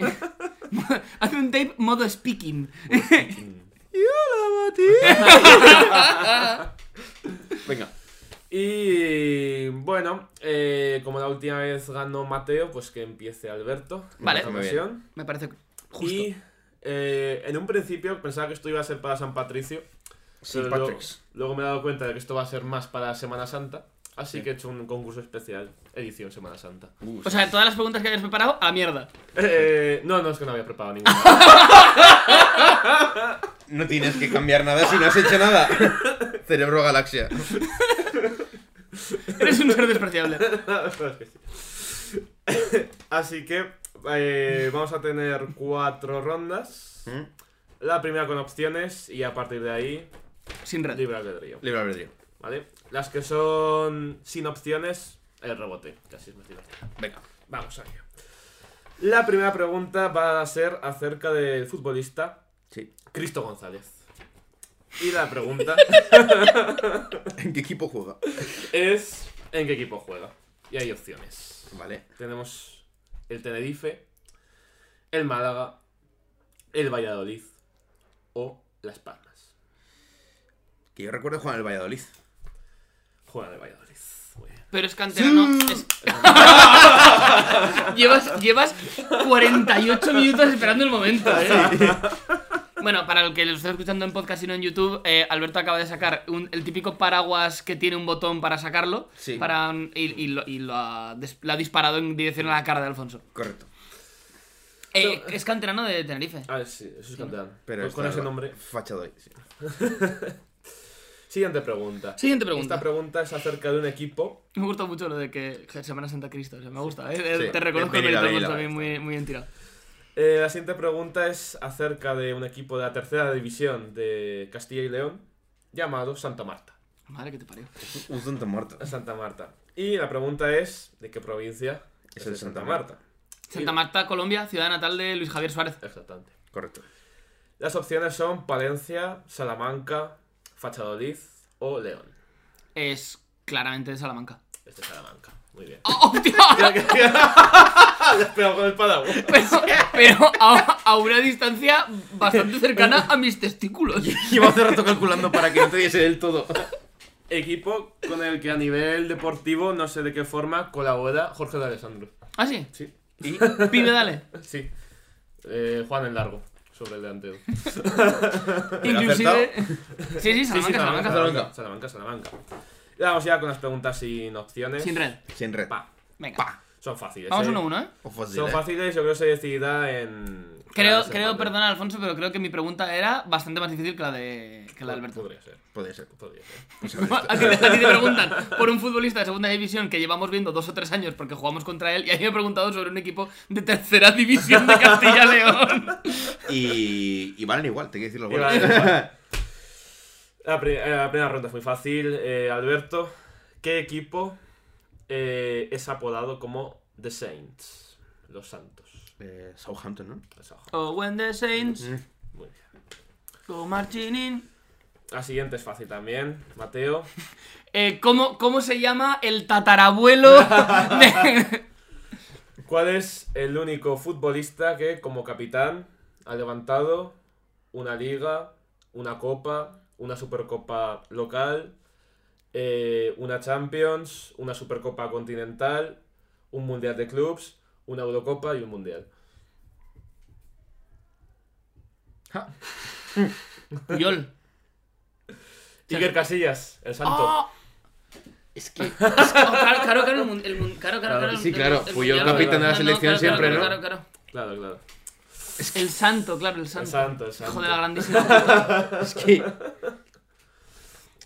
Speaker 1: hazme un tape modo speaking.
Speaker 3: Venga.
Speaker 4: Y bueno, eh, como la última vez ganó Mateo, pues que empiece Alberto. en
Speaker 1: Vale.
Speaker 4: esta
Speaker 3: Muy bien.
Speaker 4: ocasión.
Speaker 1: Me parece justo.
Speaker 4: Y eh, en un principio pensaba que esto iba a ser para San Patricio.
Speaker 3: St.
Speaker 4: pero luego-
Speaker 3: Patrick's.
Speaker 4: Luego, me he dado cuenta de que esto va a ser más para Semana Santa. Así que he hecho un concurso especial, edición Semana Santa.
Speaker 1: O sea, todas las preguntas que habías preparado, a la mierda.
Speaker 4: Eh, no, no es que no había preparado ninguna.
Speaker 3: No tienes que cambiar nada si no has hecho nada. Cerebro Galaxia.
Speaker 1: Eres un ser despreciable.
Speaker 4: La verdad es que sí. Así que eh, vamos a tener cuatro rondas.
Speaker 3: ¿Mm?
Speaker 4: La primera con opciones y a partir de ahí
Speaker 1: Sin red.
Speaker 4: libre albedrío.
Speaker 3: Libre albedrío.
Speaker 4: ¿Vale? Las que son sin opciones, el rebote. Casi es mentira.
Speaker 3: Venga.
Speaker 4: Vamos allá. La primera pregunta va a ser acerca del futbolista
Speaker 3: Sí.
Speaker 4: Cristo González. Y la pregunta
Speaker 3: ¿En qué equipo juega?
Speaker 4: es ¿en qué equipo juega? Y hay opciones.
Speaker 3: Vale.
Speaker 4: Tenemos el Tenerife, el Málaga, el Valladolid o Las Palmas.
Speaker 3: Que yo recuerdo jugar en el Valladolid.
Speaker 4: Juega en el Valladolid. Muy bien.
Speaker 1: Pero es canterano. es- llevas, llevas 48 minutos esperando el momento, ¿eh? Bueno, para el que lo esté escuchando en podcast y no en YouTube, eh, Alberto acaba de sacar un- el típico paraguas que tiene un botón para sacarlo
Speaker 3: Sí.
Speaker 1: para, mm, y, y lo, y lo ha, des- lo ha disparado en dirección a la cara de Alfonso.
Speaker 3: Correcto.
Speaker 1: Eh, es canterano de Tenerife.
Speaker 4: Ah, sí, eso es canterano.
Speaker 3: Pero
Speaker 4: Pues con
Speaker 3: está
Speaker 4: ese nombre.
Speaker 3: Fachadoy. sí.
Speaker 4: Siguiente pregunta.
Speaker 1: Siguiente pregunta.
Speaker 4: Esta pregunta es acerca de un equipo.
Speaker 1: Me gusta mucho lo de que Semana Santa Cristo. o sea, me gusta, ¿eh?
Speaker 3: Sí.
Speaker 1: Te reconozco
Speaker 3: Bien,
Speaker 1: que
Speaker 3: bien hilado,
Speaker 1: estamos
Speaker 3: hilado.
Speaker 1: también muy, muy bien tirado.
Speaker 4: Eh, la siguiente pregunta es acerca de un equipo de la tercera división de Castilla y León llamado Santa Marta.
Speaker 1: Madre que te parió.
Speaker 3: Un tonto muerto.
Speaker 4: Santa Marta. Y la pregunta es ¿de qué provincia es, el Santa Marta?
Speaker 1: Santa Marta, Colombia, ciudad natal de Luis Javier Suárez.
Speaker 4: Exactamente.
Speaker 3: Correcto.
Speaker 4: Las opciones son Palencia, Salamanca, Fachadolid o León.
Speaker 1: Es claramente de Salamanca.
Speaker 4: Este es Salamanca. Muy bien.
Speaker 1: ¡Oh, tío!
Speaker 4: Pero con el paraguas.
Speaker 1: Pero, pero a, a una distancia bastante cercana a mis testículos.
Speaker 3: Llevo hace rato calculando para que no te diese del todo.
Speaker 4: Equipo con el que a nivel deportivo, no sé de qué forma, colabora Jorge de Alessandro.
Speaker 1: ¿Ah, sí?
Speaker 4: Sí.
Speaker 1: Pibe, dale.
Speaker 4: Sí. Eh, Juan el Largo, sobre el delantero.
Speaker 1: Inclusive... Sí, sí, Salamanca, Salamanca.
Speaker 4: Salamanca, Salamanca. Salamanca. Y vamos ya con las preguntas sin opciones.
Speaker 1: Sin red.
Speaker 3: Sin red.
Speaker 4: Pa.
Speaker 1: Venga.
Speaker 4: Son fáciles.
Speaker 1: Vamos
Speaker 4: eh.
Speaker 1: uno a uno, ¿eh?
Speaker 3: O fósil,
Speaker 4: Son
Speaker 3: eh.
Speaker 4: fáciles, yo creo que se decidirá en.
Speaker 1: Creo,
Speaker 4: en
Speaker 1: creo,
Speaker 4: Madrid.
Speaker 1: perdona Alfonso, pero creo que mi pregunta era bastante más difícil que la de, que la de Alberto.
Speaker 4: Podría ser,
Speaker 3: Podría ser.
Speaker 4: podría ser.
Speaker 1: A ti, a ti te preguntan por un futbolista de segunda división que llevamos viendo dos o tres años porque jugamos contra él y a mí me he preguntado sobre un equipo de tercera división de Castilla y León.
Speaker 3: Y, y valen igual, te quiero decir los
Speaker 4: Y
Speaker 3: goles.
Speaker 4: valen igual. La, pri- eh, la primera ronda es muy fácil. Eh, Alberto, ¿Qué equipo eh, es apodado como The Saints? Los Santos.
Speaker 3: Eh, Southampton, ¿no?
Speaker 4: Esa hoja.
Speaker 1: Oh, when the Saints
Speaker 4: Muy bien.
Speaker 1: go marching in.
Speaker 4: La siguiente es fácil también, Mateo.
Speaker 1: Eh, ¿cómo, ¿Cómo se llama el tatarabuelo de...
Speaker 4: ¿Cuál es el único futbolista que, como capitán, ha levantado una liga, una copa, una supercopa local, eh, una Champions, una supercopa continental, un mundial de clubs, una Eurocopa y un mundial?
Speaker 1: Puyol.
Speaker 4: Iker Casillas, el santo.
Speaker 1: ¡Oh! Es que. es que- oh, claro, claro, claro, el mun- el mun- claro,
Speaker 6: Claro,
Speaker 1: claro, claro,
Speaker 6: sí,
Speaker 1: el-
Speaker 6: claro,
Speaker 1: el
Speaker 6: Puyol,
Speaker 1: mundial,
Speaker 4: capitán de
Speaker 1: claro,
Speaker 6: la selección
Speaker 1: claro,
Speaker 6: siempre,
Speaker 1: claro,
Speaker 6: ¿no?
Speaker 1: claro, claro.
Speaker 4: Claro, claro.
Speaker 1: El santo, claro, el santo.
Speaker 4: El santo, el santo.
Speaker 1: Hijo de la grandísima.
Speaker 6: Es que.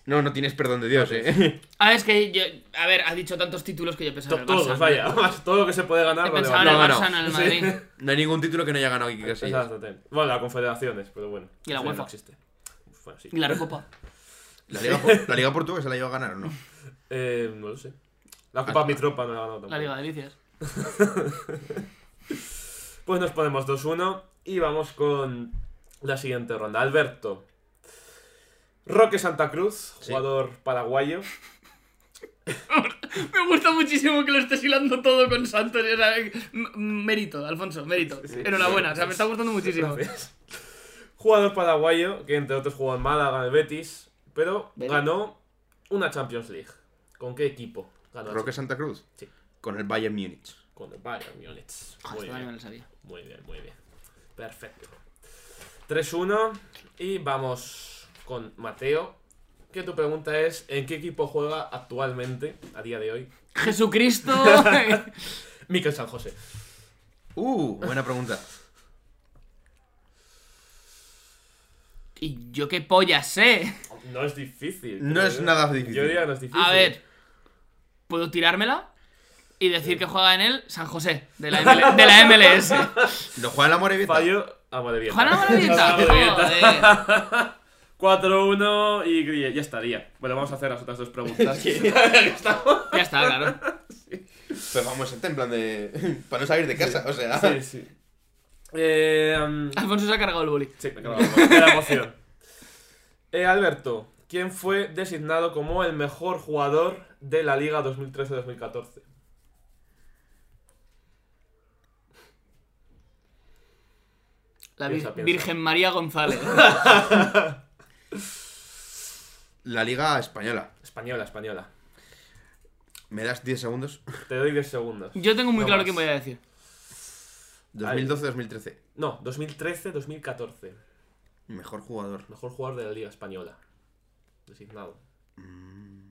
Speaker 3: No, no tienes perdón de Dios, eh.
Speaker 1: Ah, es que yo. A ver, ha dicho tantos títulos que yo pensaba en
Speaker 4: To-
Speaker 1: el
Speaker 4: Todos,
Speaker 1: Barça.
Speaker 4: vaya. Ah, Todo lo que se puede
Speaker 1: He
Speaker 4: ganar lo
Speaker 1: pensado en
Speaker 4: levanta.
Speaker 1: el
Speaker 3: No,
Speaker 1: Barça,
Speaker 3: no.
Speaker 1: en el Madrid.
Speaker 3: No hay ningún título que no haya ganado Iker Casillas.
Speaker 4: Exacto, ten. Bueno, la confederaciones, pero bueno.
Speaker 1: Y la
Speaker 4: eso ya
Speaker 1: UEFA.
Speaker 4: No existe. Bueno, sí.
Speaker 1: Y la Recopa.
Speaker 3: La Liga, Por- la Liga Portuguesa la lleva a ganar o no.
Speaker 4: Eh, no lo sé. La Copa Mitropa no la ha ganado tampoco.
Speaker 1: La Liga de Delicias.
Speaker 4: Pues nos ponemos 2-1 y vamos con la siguiente ronda. Alberto. Roque Santa Cruz, jugador paraguayo.
Speaker 1: Me gusta muchísimo que lo estés hilando todo con Santos. o sea, m- mérito, Alfonso, mérito. Enhorabuena, o sea, me está gustando muchísimo.
Speaker 4: Gracias. Jugador paraguayo que entre otros jugó en Málaga, en el Betis, pero
Speaker 1: Betis.
Speaker 4: ganó una Champions League. ¿Con qué equipo? Ganó
Speaker 3: Roque Santa Cruz.
Speaker 4: Sí.
Speaker 3: Con el Bayern Múnich.
Speaker 4: con el Bayern Múnich.
Speaker 1: Ah,
Speaker 4: Muy
Speaker 1: esto también me
Speaker 4: bien,
Speaker 1: lo sabía.
Speaker 4: muy bien, muy bien. Perfecto. 3-1 y vamos con Mateo. Que tu pregunta es, ¿en qué equipo juega actualmente, a día de hoy,
Speaker 1: Jesucristo.
Speaker 4: Miquel San José?
Speaker 3: Uh, buena pregunta.
Speaker 1: y yo qué polla sé.
Speaker 4: No es difícil.
Speaker 3: No
Speaker 4: creo
Speaker 3: es
Speaker 4: yo.
Speaker 3: nada difícil.
Speaker 4: Yo diría que no es difícil.
Speaker 1: A ver, ¿puedo tirármela? Y decir que juega en él San José, de la, ML de la E MLS.
Speaker 3: ¿Lo juega la Morevieta?
Speaker 4: Fallo a Morevieta.
Speaker 1: Juan Amaravieta. Joder.
Speaker 4: 4-1 y Grille, ya estaría. Bueno, vamos a hacer las otras dos preguntas. sí,
Speaker 1: Ya está, claro.
Speaker 3: Pero vamos, está en plan de. para no salir de casa, o sea.
Speaker 4: sí. Eh, um,
Speaker 3: Ah,
Speaker 1: Alfonso se ha cargado el boli.
Speaker 4: Sí, me acabo de la emoción. Eh, Alberto, ¿quién fue designado como el mejor jugador de la Liga 2013-2014?
Speaker 1: La
Speaker 4: Piensa,
Speaker 1: Vir-
Speaker 4: piensa.
Speaker 1: Virgen María González.
Speaker 3: La Liga Española.
Speaker 4: Española, española.
Speaker 3: ¿Me das 10 segundos?
Speaker 4: Te doy 10 segundos.
Speaker 1: Yo tengo muy
Speaker 4: No
Speaker 1: claro
Speaker 4: más.
Speaker 1: quién voy a decir.
Speaker 3: 2012-2013.
Speaker 4: No, 2013-2014.
Speaker 3: Mejor jugador.
Speaker 4: Mejor jugador de la Liga Española. Designado. Mm.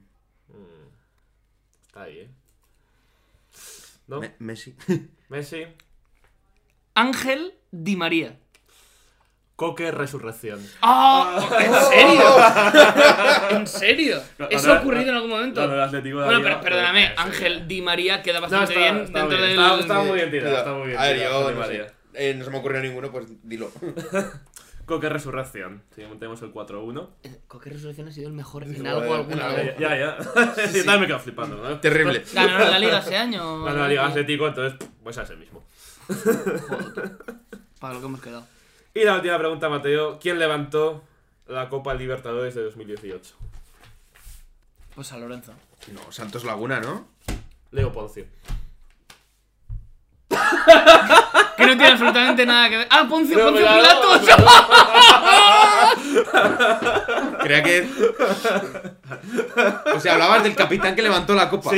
Speaker 4: Está ahí, ¿eh? ¿No?
Speaker 3: Me- Messi.
Speaker 4: Messi.
Speaker 1: Ángel Di María.
Speaker 4: Coque Resurrección.
Speaker 1: ¡Ah! ¿En serio? ¿En serio?
Speaker 4: No, no,
Speaker 1: ¿Eso
Speaker 4: no,
Speaker 1: ha ocurrido
Speaker 4: no,
Speaker 1: en algún momento?
Speaker 4: no, no, el Atlético de
Speaker 1: bueno,
Speaker 4: Madrid,
Speaker 1: pero
Speaker 4: no,
Speaker 1: perdóname,
Speaker 4: no, no,
Speaker 1: Ángel
Speaker 4: no.
Speaker 1: Di María queda
Speaker 4: No,
Speaker 1: bastante
Speaker 4: está,
Speaker 1: bien
Speaker 4: está
Speaker 1: dentro
Speaker 4: bien,
Speaker 1: del.
Speaker 4: está- está muy bien tirado,
Speaker 3: Eh, Cuidado.
Speaker 4: está muy bien
Speaker 3: A ver,
Speaker 4: tirado,
Speaker 3: yo
Speaker 4: Di
Speaker 3: no,
Speaker 4: María.
Speaker 3: sé. Eh, no se me ocurrió ninguno, pues dilo.
Speaker 4: Coque Resurrección. Si tenemos el 4-1.
Speaker 1: Cualquier resolución ha sido el mejor en
Speaker 3: Joder,
Speaker 1: algo
Speaker 3: en
Speaker 1: alguna
Speaker 3: algo.
Speaker 1: vez.
Speaker 4: Ya, ya. Sí, también me quedo flipando. ¿no?
Speaker 3: Terrible.
Speaker 1: Ganaron la liga ese año.
Speaker 4: Ganó la Liga este. Atlético, entonces, pff, pues a ese mismo.
Speaker 1: Para lo que hemos quedado.
Speaker 4: Y la última pregunta, Mateo. ¿Quién levantó la Copa Libertadores de 2018?
Speaker 1: Pues a Lorenzo.
Speaker 3: No, Santos Laguna, ¿no?
Speaker 4: Leo Poncio.
Speaker 1: Que no tiene absolutamente nada que ver. ¡Ah, Poncio,
Speaker 4: Pero
Speaker 1: Poncio
Speaker 4: me la
Speaker 1: Pilatos!
Speaker 3: Creía que. O sea, hablabas del capitán que levantó la copa.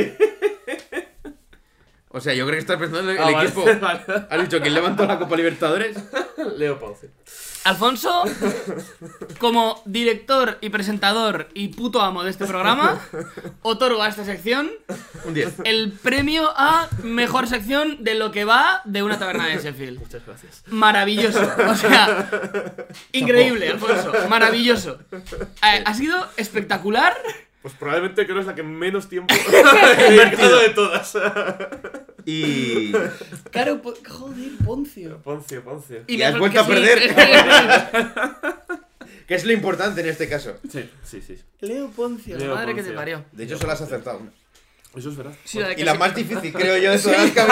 Speaker 3: O sea, yo creo que estás pensando en el
Speaker 4: Ah, vale,
Speaker 3: equipo.
Speaker 4: vale.
Speaker 3: ¿Has dicho que levantó la Copa Libertadores?
Speaker 4: Leo Poncio.
Speaker 1: Alfonso, como director y presentador y puto amo de este programa, otorgo a esta sección
Speaker 3: Un 10.
Speaker 1: el premio a mejor sección de lo que va de una taberna de Sheffield.
Speaker 4: Muchas gracias.
Speaker 1: Maravilloso. O sea, increíble, Alfonso. Maravilloso. Eh, ha sido espectacular.
Speaker 4: Pues probablemente creo que es la que menos tiempo he dedicado de todas.
Speaker 3: Y.
Speaker 1: Claro, po- joder, Poncio.
Speaker 4: Poncio, Poncio.
Speaker 1: Y
Speaker 3: Y
Speaker 1: me
Speaker 3: has
Speaker 1: sor-
Speaker 3: vuelto
Speaker 1: que
Speaker 3: a
Speaker 1: sí.
Speaker 3: Que es lo importante en este caso.
Speaker 4: Sí, sí, sí.
Speaker 1: Leo Poncio,
Speaker 4: Leo
Speaker 1: la madre que te
Speaker 4: Poncio.
Speaker 1: parió.
Speaker 3: De hecho, solo has acertado una.
Speaker 4: Eso es verdad.
Speaker 1: Sí, la de
Speaker 3: Y la
Speaker 1: Casillas-
Speaker 3: más difícil, creo yo, de todas las que ha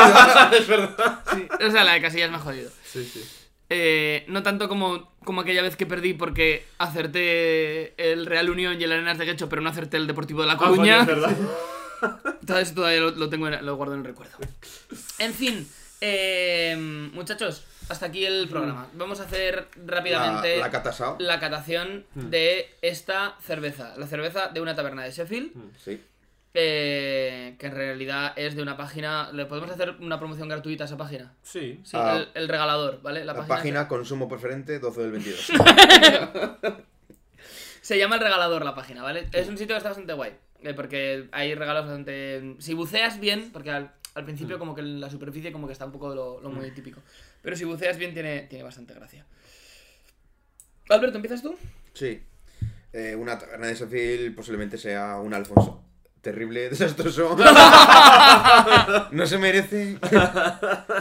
Speaker 3: habido.
Speaker 4: es verdad.
Speaker 1: sí, O sea, la de Casillas me ha jodido.
Speaker 4: Sí, sí.
Speaker 1: Eh, no tanto como, como aquella vez que perdí porque acerté el Real Unión y el Arenas de Guecho, pero no acerté el Deportivo de La
Speaker 4: Ah, coño,
Speaker 1: Coruña.
Speaker 4: es verdad.
Speaker 1: Todo eso todavía lo, lo tengo en- lo guardo en el recuerdo. En fin, eh, muchachos, hasta aquí el programa. Vamos a hacer rápidamente
Speaker 3: La, la catasao.
Speaker 1: la catación de esta cerveza. La cerveza de una taberna de Sheffield.
Speaker 3: Sí.
Speaker 1: eh, que en realidad es de una página. ¿Le podemos hacer una promoción gratuita a esa página?
Speaker 4: Sí.
Speaker 1: Sí,
Speaker 3: Ah.
Speaker 1: el, el regalador, ¿vale?
Speaker 3: La,
Speaker 1: página
Speaker 3: página consumo preferente 12 del 22.
Speaker 1: Se llama El Regalador la página, ¿vale? Es un sitio que está bastante guay. eh, Porque hay regalos bastante. Si buceas bien, porque al, al
Speaker 3: Mm.
Speaker 1: principio, como que la superficie, como que está un poco lo, lo muy típico. Pero si buceas bien, tiene, tiene bastante gracia. Alberto, ¿empiezas tú?
Speaker 3: Sí. Eh, una taberna de Sheffield posiblemente sea un Alfonso. Terrible, desastroso. no se merece.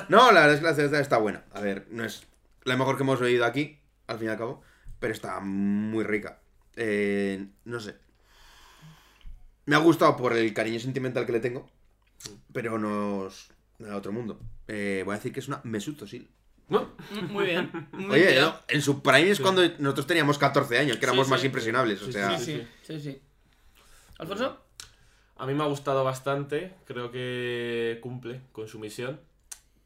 Speaker 3: no, la verdad es que la cerveza está buena. A ver, no es la mejor que hemos bebido aquí, al fin y al cabo, pero está muy rica. Eh, no sé. Me ha gustado por el cariño sentimental que le tengo, pero no es nada otro mundo. Eh, voy a decir que es una mesutosil.
Speaker 4: No.
Speaker 1: Mm, Muy bien. muy bien
Speaker 3: Oye,
Speaker 1: tirado.
Speaker 3: ¿no? en su prime es cuando nosotros teníamos 14 años, que éramos
Speaker 1: Sí,
Speaker 3: más
Speaker 1: sí.
Speaker 3: impresionables. O
Speaker 4: Sí,
Speaker 3: sea,
Speaker 1: Sí, sí, sí, sí. ¿Alfonso?
Speaker 4: A mí me ha gustado bastante. Creo que cumple con su misión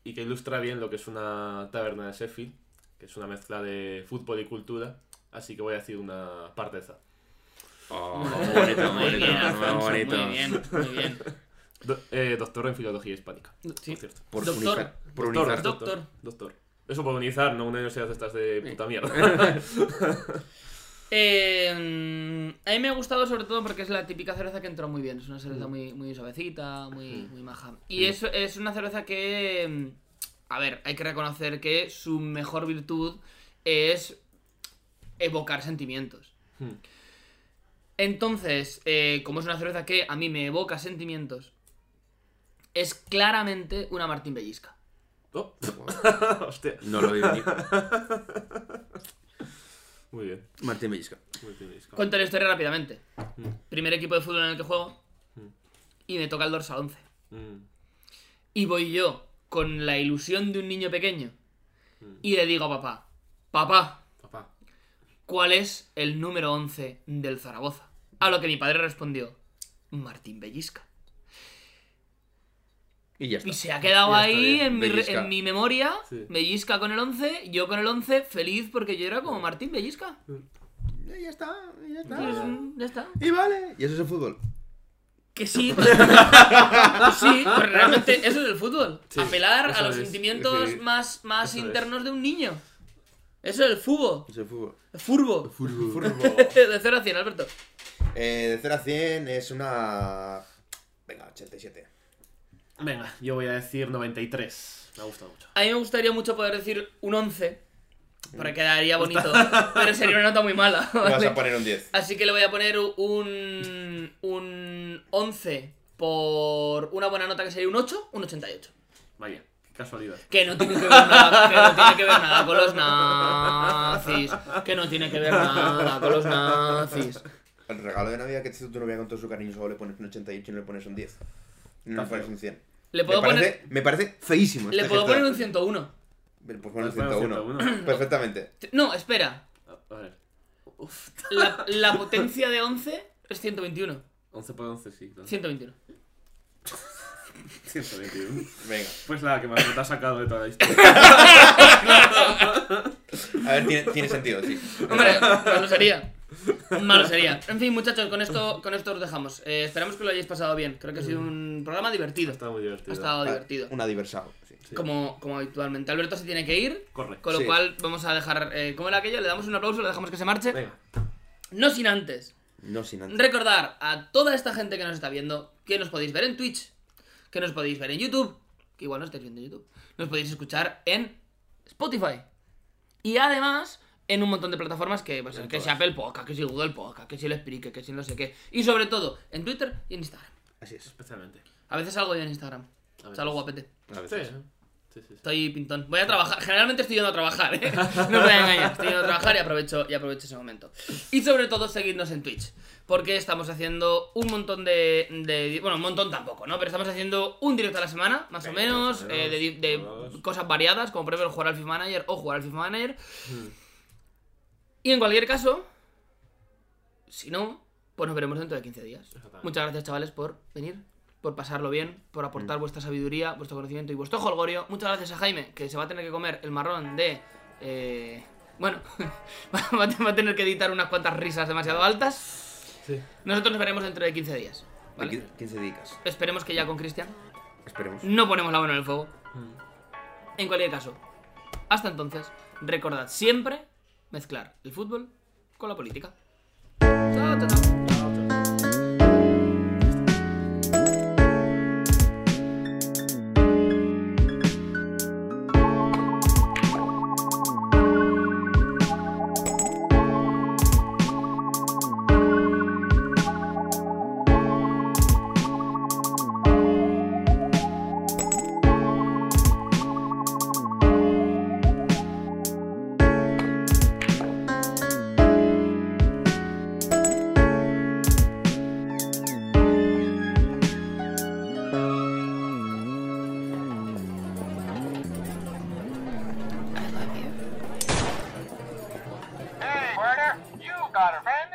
Speaker 4: y que ilustra bien lo que es una taberna de Sheffield, que es una mezcla de fútbol y cultura. Así que voy a decir una parteza.
Speaker 3: Oh, bonito,
Speaker 1: muy
Speaker 3: bonito,
Speaker 1: bien, Alfonso,
Speaker 3: bonito.
Speaker 1: Muy bien, muy bien.
Speaker 4: Do- eh, doctor en filología hispánica.
Speaker 1: Sí.
Speaker 4: Por cierto.
Speaker 3: Por
Speaker 1: Doctor.
Speaker 3: unizar- por
Speaker 4: Doctor,
Speaker 3: unizar.
Speaker 1: Doctor.
Speaker 4: doctor, doctor. Eso por unizar, no una universidad de estas de puta mierda.
Speaker 1: Eh, a mí me ha gustado sobre todo porque es la típica cerveza que entró muy bien. Es una cerveza muy, muy suavecita, muy, muy maja. Y es, es una cerveza que... mm, A ver, hay que reconocer que su mejor virtud es evocar sentimientos.
Speaker 4: Hmm.
Speaker 1: Entonces, eh, como es una cerveza que a mí me evoca sentimientos, es claramente una Martín Bellisca.
Speaker 4: Oh, Hostia.
Speaker 3: No lo vi venir.
Speaker 4: Muy bien.
Speaker 3: Martín Bellisca.
Speaker 4: Muy bien, Isco.
Speaker 1: Cuento la historia rápidamente. Primer equipo de fútbol en el que juego y me toca el dorsal 11.
Speaker 4: Mm.
Speaker 1: Y voy yo con la ilusión de un niño pequeño
Speaker 4: Mm.
Speaker 1: y le digo a papá, papá,
Speaker 4: Papá.
Speaker 1: ¿cuál es el número 11 del Zaragoza? A lo que mi padre respondió, Martín Bellisca.
Speaker 3: Y ya
Speaker 1: Y
Speaker 3: está.
Speaker 1: se ha quedado
Speaker 3: Ya está
Speaker 1: ahí
Speaker 3: bien,
Speaker 1: en mi, re-
Speaker 3: Bellisca.
Speaker 1: en mi memoria,
Speaker 4: Sí.
Speaker 1: Bellisca con el 11, yo con el 11, feliz porque yo era como Martín Bellisca.
Speaker 3: Y ya está, y
Speaker 1: Y
Speaker 3: ya
Speaker 1: es
Speaker 3: está.
Speaker 1: un- ya está.
Speaker 3: Y vale. Y eso es el fútbol.
Speaker 1: Que sí. sí, pero realmente eso es el fútbol.
Speaker 4: Sí,
Speaker 1: Apelar a
Speaker 4: eso
Speaker 1: los
Speaker 4: es.
Speaker 1: sentimientos
Speaker 3: Sí.
Speaker 1: más, más
Speaker 4: Eso es.
Speaker 1: internos de un niño. Eso es el fútbol.
Speaker 3: Es el fútbol.
Speaker 1: Furbo.
Speaker 3: Fútbol.
Speaker 1: de 0 a 100, Alberto.
Speaker 3: Eh, de 0 a 100 es una. Venga, 87.
Speaker 4: Venga, yo voy a decir 93. Me ha gustado mucho.
Speaker 1: A mí me gustaría mucho poder decir un 11. Porque quedaría bonito. pero sería una nota muy mala.
Speaker 3: Me Mm. Vas
Speaker 1: ¿vale?
Speaker 3: a poner un 10.
Speaker 1: Así que le voy a poner un, un 11 por una buena nota que sería un 8, un 88.
Speaker 4: Vaya, qué casualidad.
Speaker 1: Que no tiene que ver nada, que no tiene que ver nada con los nazis. Que no tiene que ver nada con los nazis.
Speaker 3: El regalo de Navidad que te hizo tu novia con todo su cariño solo le pones un 88 y no le pones un 10. No le
Speaker 4: Está feo.
Speaker 3: pones un 100.
Speaker 1: Le
Speaker 3: Me
Speaker 1: puedo
Speaker 3: parece,
Speaker 1: poner.
Speaker 3: me parece feísimo.
Speaker 1: Le
Speaker 3: este
Speaker 1: puedo
Speaker 3: gesto.
Speaker 1: poner un 101.
Speaker 3: Pues pon un
Speaker 4: Pues pon un
Speaker 3: 101.
Speaker 4: 101.
Speaker 3: Perfectamente.
Speaker 1: No, espera.
Speaker 4: A- A ver. Uf.
Speaker 1: La, la potencia de 11 es 121.
Speaker 4: 11 por 11, sí. claro.
Speaker 1: 121.
Speaker 4: 121.
Speaker 3: Venga.
Speaker 4: Pues la que más te ha sacado de toda la historia.
Speaker 3: A ver, tiene, tiene sentido, sí.
Speaker 1: Hombre, malo sería. Malo sería. En fin, muchachos, con esto, con esto os dejamos. Eh, esperamos que lo hayáis pasado bien. Creo que ha sido un programa divertido.
Speaker 4: Está muy
Speaker 1: Ha
Speaker 4: divertido.
Speaker 1: estado divertido.
Speaker 3: Una diversado. Sí.
Speaker 1: Como, como habitualmente. Alberto se tiene que ir.
Speaker 4: Correcto.
Speaker 1: Con lo
Speaker 3: Sí.
Speaker 1: cual, vamos a dejar. eh, ¿Cómo era aquello? Le damos un aplauso, le dejamos que se marche.
Speaker 4: Venga.
Speaker 1: No sin antes
Speaker 3: No sin antes.
Speaker 1: recordar a toda esta gente que nos está viendo que nos podéis ver en Twitch, que nos podéis ver en YouTube, que igual no estáis viendo YouTube, nos podéis escuchar en Spotify. Y además en un montón de plataformas que, pues, que si Apple Podcast, que si Google Podcast, que si el Explique, que si no sé qué. Y sobre todo en Twitter y en Instagram.
Speaker 3: Así es.
Speaker 4: Especialmente.
Speaker 1: A veces salgo yo en Instagram.
Speaker 4: A veces.
Speaker 1: Salgo guapete.
Speaker 3: A
Speaker 4: Sí.
Speaker 3: veces.
Speaker 4: Sí. Sí, sí, sí.
Speaker 1: Estoy pintón. Voy a trabajar. Generalmente estoy yendo a trabajar, ¿eh? No me voy a engañar. Estoy yendo a trabajar y aprovecho, y aprovecho ese momento. Y sobre todo, seguidnos en Twitch. Porque estamos haciendo un montón de, de- Bueno, un montón tampoco, ¿no? Pero estamos haciendo un directo a la semana, más o
Speaker 4: Venga,
Speaker 1: menos.
Speaker 4: más o
Speaker 1: eh, de,
Speaker 4: menos,
Speaker 1: de
Speaker 4: dos.
Speaker 1: cosas variadas, como por ejemplo jugar al FIFA Manager o jugar al FIFA Manager. Y en cualquier caso, si no, pues nos veremos dentro de 15 días.
Speaker 4: Exactamente.
Speaker 1: Muchas gracias, chavales, por venir, por pasarlo bien, por aportar vuestra sabiduría, vuestro conocimiento y vuestro jolgorio. Muchas gracias a Jaime, que se va a tener que comer el marrón de. eh, bueno, va a te- va a tener que editar unas cuantas risas demasiado altas.
Speaker 4: Sí.
Speaker 1: Nosotros nos veremos dentro de 15 días. ¿vale?
Speaker 3: 15 dicas.
Speaker 1: Esperemos que ya con Cristian
Speaker 3: Esperemos.
Speaker 1: no ponemos la mano en el fuego. En cualquier caso, hasta entonces, recordad siempre mezclar el fútbol con la política. Chao, chao, chao.
Speaker 6: Hey, partner, you got a friend?